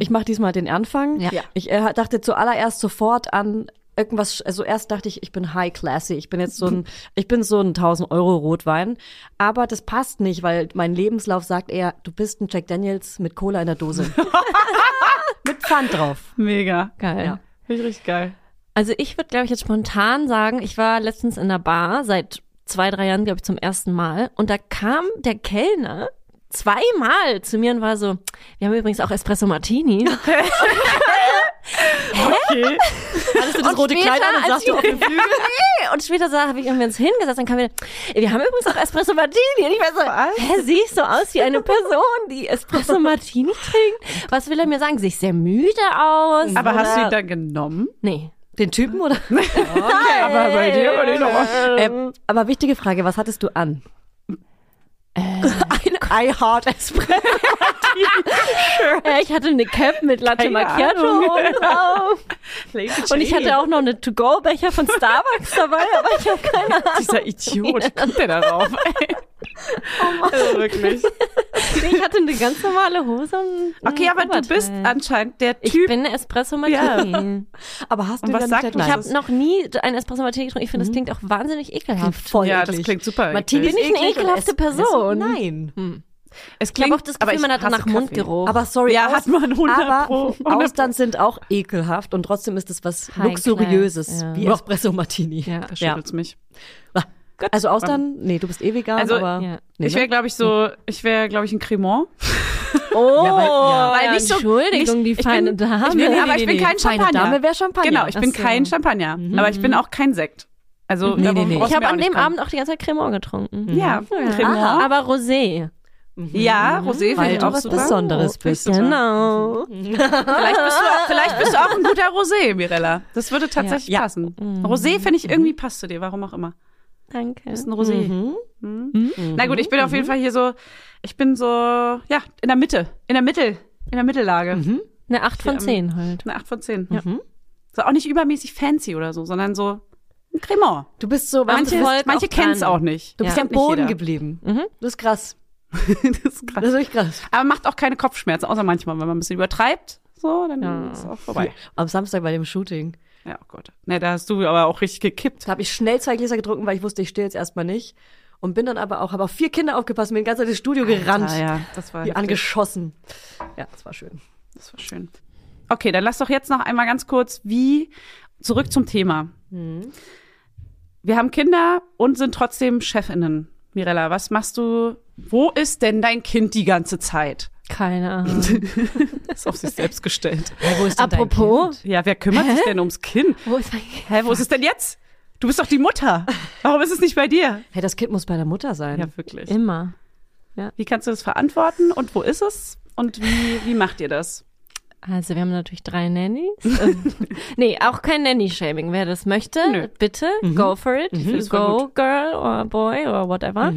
Ich mache diesmal den Anfang. Ja. Ich äh, dachte zuallererst sofort an irgendwas, also erst dachte ich, ich bin high classy, ich bin jetzt so ein, ich bin so ein 1000 Euro Rotwein, aber das passt nicht, weil mein Lebenslauf sagt eher, du bist ein Jack Daniels mit Cola in der Dose. mit Pfand drauf. Mega. Geil. Ja. Finde ich richtig geil. Also ich würde, glaube ich, jetzt spontan sagen, ich war letztens in einer Bar seit zwei, drei Jahren, glaube ich, zum ersten Mal. Und da kam der Kellner zweimal zu mir und war so, wir haben übrigens auch Espresso Martini. Okay. Hattest du das rote Kleid an und sagst du auf dem Flügel? Nee. Und später sah- habe ich haben wir uns hingesetzt, dann kam wieder, wir haben übrigens auch Espresso Martini. Und ich war so, hä, sehe ich so aus wie eine Person, die Espresso Martini trinkt? Was will er mir sagen? Sehe ich sehr müde aus? Aber hast du Oder- ihn dann genommen? Nee. Ähm. Den Typen oder? Okay, aber bei dir war den nochmal. Ähm, aber wichtige Frage, was hattest du an? Äh, Ein I Heart Espresso. Ja, ich hatte eine Cap mit Latte Keine Macchiato Ahnung. oben drauf. Und ich hatte auch noch eine To-Go-Becher von Starbucks dabei, aber ich habe keine Ahnung. Dieser Idiot, wie kommt der darauf? Ey. Oh also wirklich. Nee, Ich hatte eine ganz normale Hose und ein Okay, aber du Oberteil. bist anscheinend der Äh. Ich Typ. bin Espresso Martini. Aber hast Und du was dann sagt nicht uns Ich Deadline? das? habe noch nie ein Espresso Martini getrunken. Ich finde, das klingt auch wahnsinnig ekelhaft. voll ja, eklig. das klingt super. Martini eklig. bin ich eine eklig und ekelhafte es- Person. Nein. Es Ich klingt, habe auch das aber Gefühl, ich man hat hasse nach Kaffee. Mundgeruch. Aber sorry, Oh. Ja, hat man 100 aber pro, 100 pro. Austern sind auch ekelhaft und trotzdem ist es was High Luxuriöses, class, ja. wie Espresso Martini. ja. Da schüttelt's mich. Also Austern, nee, du bist eh vegan, Also, aber ja. nee, Ich wäre, glaube ich, so, Hm. ich wäre, glaube ich, ein Cremant. Oh, Ja, weil- ja. Weil nicht so- Entschuldigung, nicht- die ich feine bin- Dame. ich bin- nee, aber ich bin kein Feine Champagner. Dame wäre Champagner. Genau, ich bin Ach so. kein Champagner. Aber ich Mhm. bin auch kein Sekt. Also, Nee, darum nee, nee. brauchst ich du habe mir auch an nicht dem kommen. Abend auch die ganze Zeit Cremant getrunken. Ja, Cremant. Aber Rosé. Ja, Rosé finde Mhm. weil ich du auch was super. Besonderes Finde ich bist. ne? super. Genau. Mhm. Vielleicht bist, du, auch- vielleicht bist du auch ein guter Rosé, Mirella. Das würde tatsächlich Ja. Mhm. Ja. passen. Rosé finde ich irgendwie passt zu dir, warum auch immer. Danke. Ist ein Rosé. Mhm. Na gut, ich bin auf jeden Fall hier so, ich bin so, ja, in der Mitte, in der Mittel, in der Mittellage. Mhm. Eine 8 von 10 halt. Eine 8 von 10. So auch nicht übermäßig fancy oder so, sondern so ein Cremant. Du bist so, weißt Manche, du, Volk manche auch kennen es dran. auch nicht. du bist ja am Nicht Boden jeder. geblieben. Das ist krass. das ist Das krass. ist wirklich krass. Aber macht auch keine Kopfschmerzen, außer manchmal, wenn man ein bisschen übertreibt. So, dann ist es auch vorbei. Am Samstag bei dem Shooting. Ja, oh Gott. Ne, da hast du aber auch richtig gekippt. Da habe ich schnell zwei Gläser getrunken, weil ich wusste, ich stehe jetzt erstmal nicht. Und bin dann aber auch, habe auf vier Kinder aufgepasst, bin die ganze Zeit ins Studio gerannt. Ah, ja, das war, Wie heftig. angeschossen. Ja, das war schön. das war schön. Okay, dann lass doch jetzt noch einmal ganz kurz, wie, zurück zum Thema. Wir haben Kinder und sind trotzdem Chefinnen. Mirella, was machst du? Wo ist denn dein Kind die ganze Zeit? Keine Ahnung. Ist auf sich selbst gestellt. Apropos. Ja, wer kümmert sich denn ums Kind? Wo ist mein Kind? Hä, wo ist es denn jetzt? Du bist doch die Mutter. Warum ist es nicht bei dir? Hey, das Kind muss bei der Mutter sein. Ja, wirklich. Immer. Wie kannst du das verantworten und wo ist es? Und wie, wie macht ihr das? Also wir haben natürlich drei Nannies. Ähm, nee, auch kein Nanny-Shaming. Wer das möchte, Nö. Mhm. bitte, go for it. find's voll Mhm. Go, girl or boy or whatever.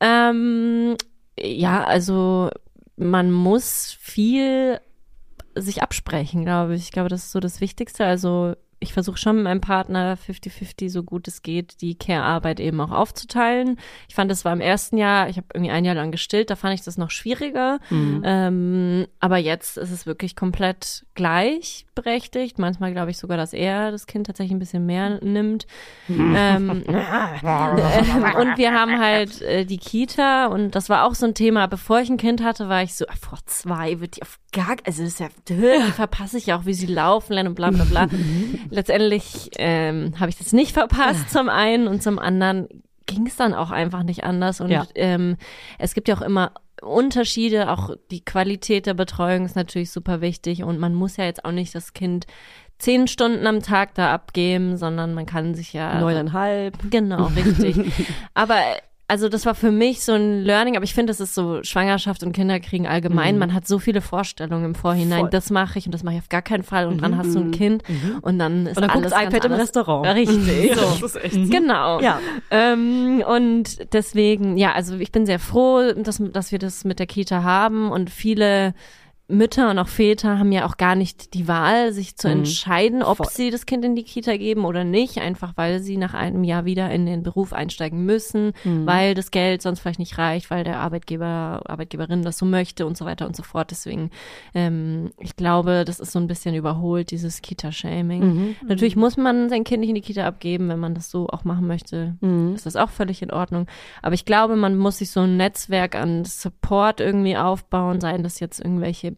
Ähm, ja, also man muss viel sich absprechen, glaube ich. Ich glaube, das ist so das Wichtigste. Also ich versuche schon mit meinem Partner 50-50, so gut es geht, die Care-Arbeit eben auch aufzuteilen. Ich fand, das war im ersten Jahr, ich habe irgendwie ein Jahr lang gestillt, da fand ich das noch schwieriger. Ähm, aber jetzt ist es wirklich komplett gleichberechtigt. Manchmal glaube ich sogar, dass er das Kind tatsächlich ein bisschen mehr nimmt. ähm, äh, und wir haben halt äh, die Kita und das war auch so ein Thema. Bevor ich ein Kind hatte, war ich so, ah, vor zwei wird die auf gar, also das ist ja, die verpasse ich ja auch, wie sie laufen lernen und bla bla bla. Letztendlich ähm, habe ich das nicht verpasst zum einen und zum anderen ging es dann auch einfach nicht anders. Und Ja. ähm, es gibt ja auch immer Unterschiede, auch die Qualität der Betreuung ist natürlich super wichtig und man muss ja jetzt auch nicht das Kind zehn Stunden am Tag da abgeben, sondern man kann sich ja Also Neuneinhalb. Genau, richtig. aber also das war für mich so ein Learning, aber ich finde, das ist so Schwangerschaft und Kinderkriegen allgemein. Man hat so viele Vorstellungen im Vorhinein. Mhm. Voll. Mhm. Das mache ich und das mache ich auf gar keinen Fall. Und dann hast du ein Kind und dann ist Und dann guckt alles das ganz iPad im anders. Restaurant. Richtig. so. Das ist echt. Genau. Ja. Ähm, und deswegen, ja, also ich bin sehr froh, dass, dass wir das mit der Kita haben und viele Mütter und auch Väter haben ja auch gar nicht die Wahl, sich zu entscheiden, ob sie das Kind in die Kita geben oder nicht, einfach weil sie nach einem Jahr wieder in den Beruf einsteigen müssen, weil das Geld sonst vielleicht nicht reicht, weil der Arbeitgeber, Arbeitgeberin das so möchte und so weiter und so fort. Deswegen, ähm, ich glaube, das ist so ein bisschen überholt, dieses Kita-Shaming. Natürlich muss man sein Kind nicht in die Kita abgeben, wenn man das so auch machen möchte, ist das auch völlig in Ordnung. Aber ich glaube, man muss sich so ein Netzwerk an Support irgendwie aufbauen, seien das jetzt irgendwelche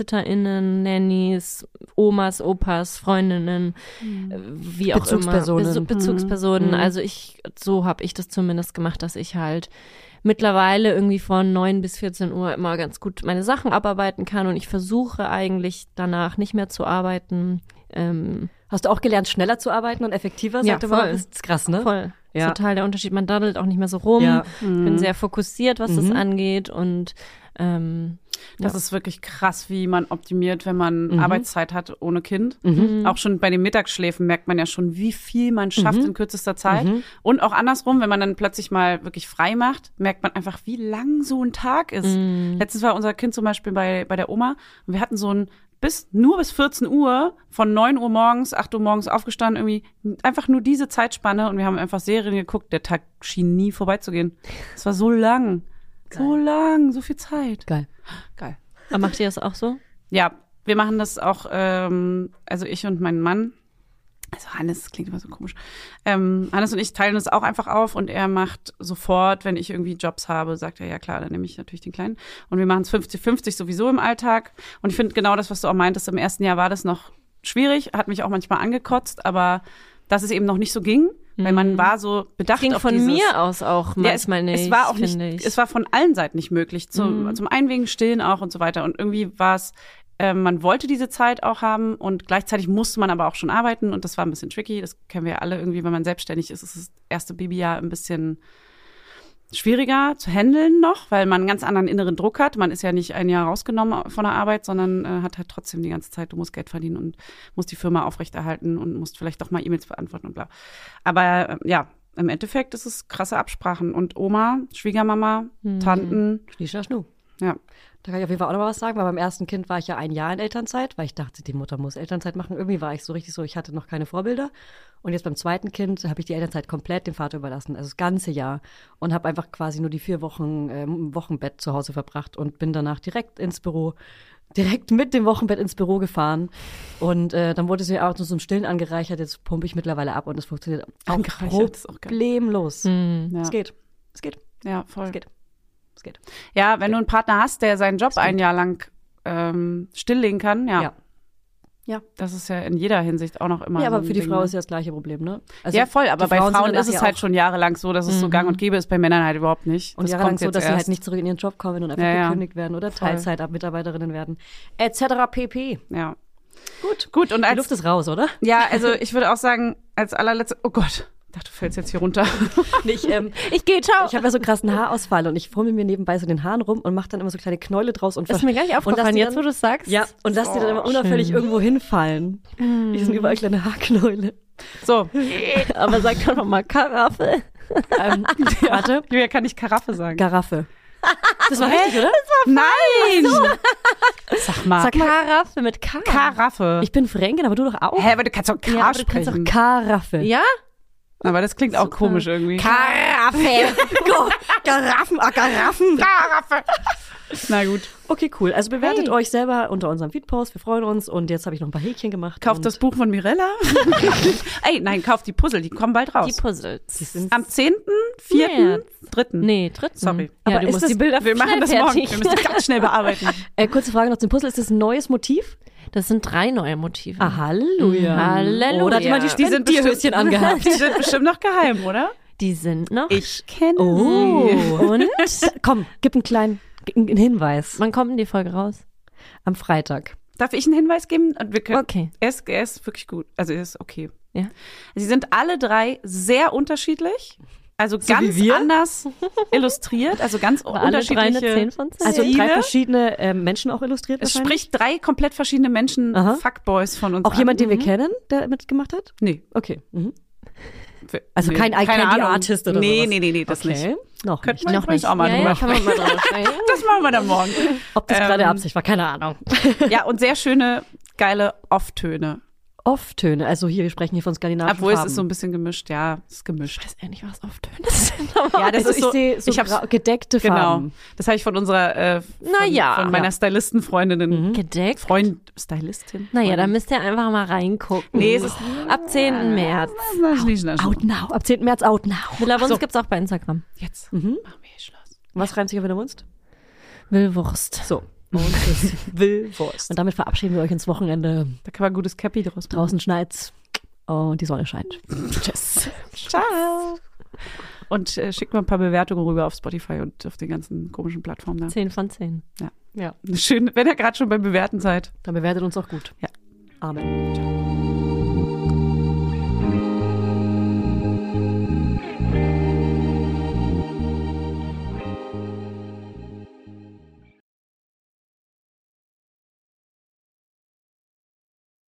BabysitterInnen, Nannies, Omas, Opas, Freundinnen, äh, wie auch Bezugspersonen. immer. Bezu- Bezugspersonen. Also ich, so habe ich das zumindest gemacht, dass ich halt mittlerweile irgendwie von 9 bis 14 Uhr immer ganz gut meine Sachen abarbeiten kann und ich versuche eigentlich danach nicht mehr zu arbeiten. Ähm, Hast du auch gelernt, schneller zu arbeiten und effektiver? Ja, sagte man? voll. Das ist krass, ne? Voll. Ja. Ist total der Unterschied. Man daddelt auch nicht mehr so rum. Ja. Ich bin sehr fokussiert, was das angeht. Und ähm, Das ist wirklich krass, wie man optimiert, wenn man Arbeitszeit hat ohne Kind. Auch schon bei den Mittagsschläfen merkt man ja schon, wie viel man schafft in kürzester Zeit. Und auch andersrum, wenn man dann plötzlich mal wirklich frei macht, merkt man einfach, wie lang so ein Tag ist. Letztens war unser Kind zum Beispiel bei, bei der Oma und wir hatten so ein bis nur bis 14 Uhr, von 9 Uhr morgens, 8 Uhr morgens aufgestanden, irgendwie einfach nur diese Zeitspanne und wir haben einfach Serien geguckt. Der Tag schien nie vorbeizugehen. Es war so lang. So lang, so viel Zeit. Geil. Geil. aber macht ihr das auch so? Ja, wir machen das auch, ähm, also ich und mein Mann. Also Hannes, das klingt immer so komisch. Ähm, Hannes und ich teilen das auch einfach auf und er macht sofort, wenn ich irgendwie Jobs habe, sagt er, ja klar, dann nehme ich natürlich den Kleinen. Und wir machen es 50-50 sowieso im Alltag. Und ich finde genau das, was du auch meintest, im ersten Jahr war das noch schwierig, hat mich auch manchmal angekotzt, aber dass es eben noch nicht so ging, weil man war so bedacht Mhm. Ging auf von dieses, mir aus auch ja, manchmal nicht. Es war auch nicht, finde ich. Mhm. es war von allen Seiten nicht möglich. Zum, zum einen wegen Stillen auch und so weiter. Und irgendwie war es, äh, man wollte diese Zeit auch haben und gleichzeitig musste man aber auch schon arbeiten und das war ein bisschen tricky. Das kennen wir ja alle irgendwie, wenn man selbstständig ist, ist das erste Babyjahr ein bisschen schwieriger zu handeln noch, weil man einen ganz anderen inneren Druck hat. Man ist ja nicht ein Jahr rausgenommen von der Arbeit, sondern äh, hat halt trotzdem die ganze Zeit, du musst Geld verdienen und musst die Firma aufrechterhalten und musst vielleicht auch mal E-Mails beantworten und bla. Aber äh, ja, im Endeffekt ist es krasse Absprachen. Und Oma, Schwiegermama, Mhm. Tanten, Schnischer Schnu. ja. Da kann ich auf jeden Fall auch noch mal was sagen, weil beim ersten Kind war ich ja ein Jahr in Elternzeit, weil ich dachte, die Mutter muss Elternzeit machen. Irgendwie war ich so richtig so, ich hatte noch keine Vorbilder. Und jetzt beim zweiten Kind habe ich die Elternzeit komplett dem Vater überlassen, also das ganze Jahr. Und habe einfach quasi nur die vier Wochen ähm, im Wochenbett zu Hause verbracht und bin danach direkt ins Büro, direkt mit dem Wochenbett ins Büro gefahren. Und äh, dann wurde es mir auch so zum Stillen angereichert. Jetzt pumpe ich mittlerweile ab und es funktioniert auch Angereichert ist auch geil. Hm. problemlos. Ja, Mhm. Es geht, es geht, ja voll. es geht, es geht. Ja, wenn du einen Partner hast, der seinen Job ein Jahr lang ähm, stilllegen kann, ja. Ja. Ja. Das ist ja in jeder Hinsicht auch noch immer. Ja, so aber ein für die Ding, Frau ne? ist ja das gleiche Problem, ne? Also ja, voll, aber die bei Frauen, sind dann ist es nachher halt auch- Mhm. schon jahrelang so, dass es so gang und gäbe ist, bei Männern halt überhaupt nicht. Und das jahrelang kommt so, jetzt dass sie erst. halt nicht zurück in ihren Job kommen und einfach Ja, ja. gekündigt werden oder Voll. Teilzeitmitarbeiterinnen werden. Etc. pp. Ja. Gut. Gut, und Die als, Luft ist raus, oder? ja, also ich würde auch sagen, als allerletzte, oh Gott, ich dachte, du fällst jetzt hier runter. Ich, ähm, ich gehe, ciao. ich habe ja so krassen Haarausfall und ich fummel mir nebenbei so den Haaren rum und mache dann immer so kleine Knäule draus und ist versch- mir gleich und lass aufgefallen, die jetzt wo dann- du es sagst. Ja, und lass die dann immer unauffällig irgendwo hinfallen. Die sind überall kleine Haarknäule. So, Aber sag doch nochmal Karaffe. Ähm, Warte. Julia kann ich Karaffe sagen. Garaffe. Das war richtig, oder? Nein! Sag mal, Sag Karaffe mit K. Karaffe. Ich bin Fränkin, aber du doch auch. Hä, aber du kannst doch K Ja, aber du kannst sprechen. doch Karaffe. Ja? aber das klingt auch komisch irgendwie. Karaffe. Gott. Garaffen, ah, Garaffen. Karaffe. Na gut. Okay, cool. Also bewertet euch selber unter unserem Feedpost. Wir freuen uns. Und jetzt habe ich noch ein paar Häkchen gemacht. Kauft und das Buch von Mirella. Ey, nein, kauft die Puzzle, die kommen bald Die raus. Puzzles. Am 10., 4., 3. Nee, Mhm. dritten. Sorry. Ja, Aber du ist musst das- die Bilder Wir machen schnell das morgen. fertig. Wir müssen ganz schnell bearbeiten. Äh, kurze Frage noch zum Puzzle. Ist das ein neues Motiv? Das sind drei neue Motive. Ah, Halleluja. Halleluja. Oder hat jemand die Die sind Spendierhöschen angehabt? Die sind bestimmt noch geheim, oder? Die sind noch. Ich kenne Oh. Und? Komm, gib einen kleinen einen Hinweis. Wann kommt denn die Folge raus? Am Freitag. Darf ich einen Hinweis geben? Und wir können, Okay. er, ist, er ist wirklich gut. Also er ist okay. Ja. Sie sind alle drei sehr unterschiedlich. Also ganz anders illustriert. Also ganz War alle drei unterschiedliche. eine 10 von 10? Also drei Stile. verschiedene äh, Menschen auch illustriert es wahrscheinlich. spricht drei komplett verschiedene Menschen, Aha. Fuckboys von uns. Auch an. jemand, den wir kennen, der mitgemacht hat? Nee. Okay. Mhm. Also kein keine I Candy Ahnung. Artist oder nee, sowas. Nee, nee, nee, das okay. nicht. Noch Könnten nicht. wir noch übrigens nicht. auch mal ja, drüber ja, kann man mal drüber sprechen. Das machen wir dann morgen. Ob das gerade Ähm, Absicht war, keine Ahnung. Ja, und sehr schöne, geile Off-Töne. Off-Töne. Also hier, wir sprechen hier von skandinavischen Obwohl es Farben. ist so ein bisschen gemischt, ja, es ist gemischt. Ich weiß ehrlich, was oft ist. Ja, das also ist ich so, sehe so ich hab's- grau- gedeckte Genau. Farben. Das habe ich von unserer, äh, von, Na ja. von meiner Stylistenfreundinnen, Mhm. Gedeckt. Freund, Stylistin? Naja, da müsst ihr einfach mal reingucken. Nee, es ist- ab 10. März. Also Out now. Ab 10. März out now. Villa Wunst gibt's auch bei Instagram. Jetzt Mhm. machen wir hier Schluss. Was reimt sich auf der Wunst? Willwurst. So. Und das Willwurst. Und damit verabschieden wir euch ins Wochenende. Da kann man gutes Cappy draus machen. Draußen schneit's und die Sonne scheint. Tschüss. Ciao. Und äh, schickt mal ein paar Bewertungen rüber auf Spotify und auf den ganzen komischen Plattformen da. 10 von 10. Schön, wenn ihr gerade schon beim Bewerten seid. Dann bewertet uns auch gut. Ja. Amen. Ciao.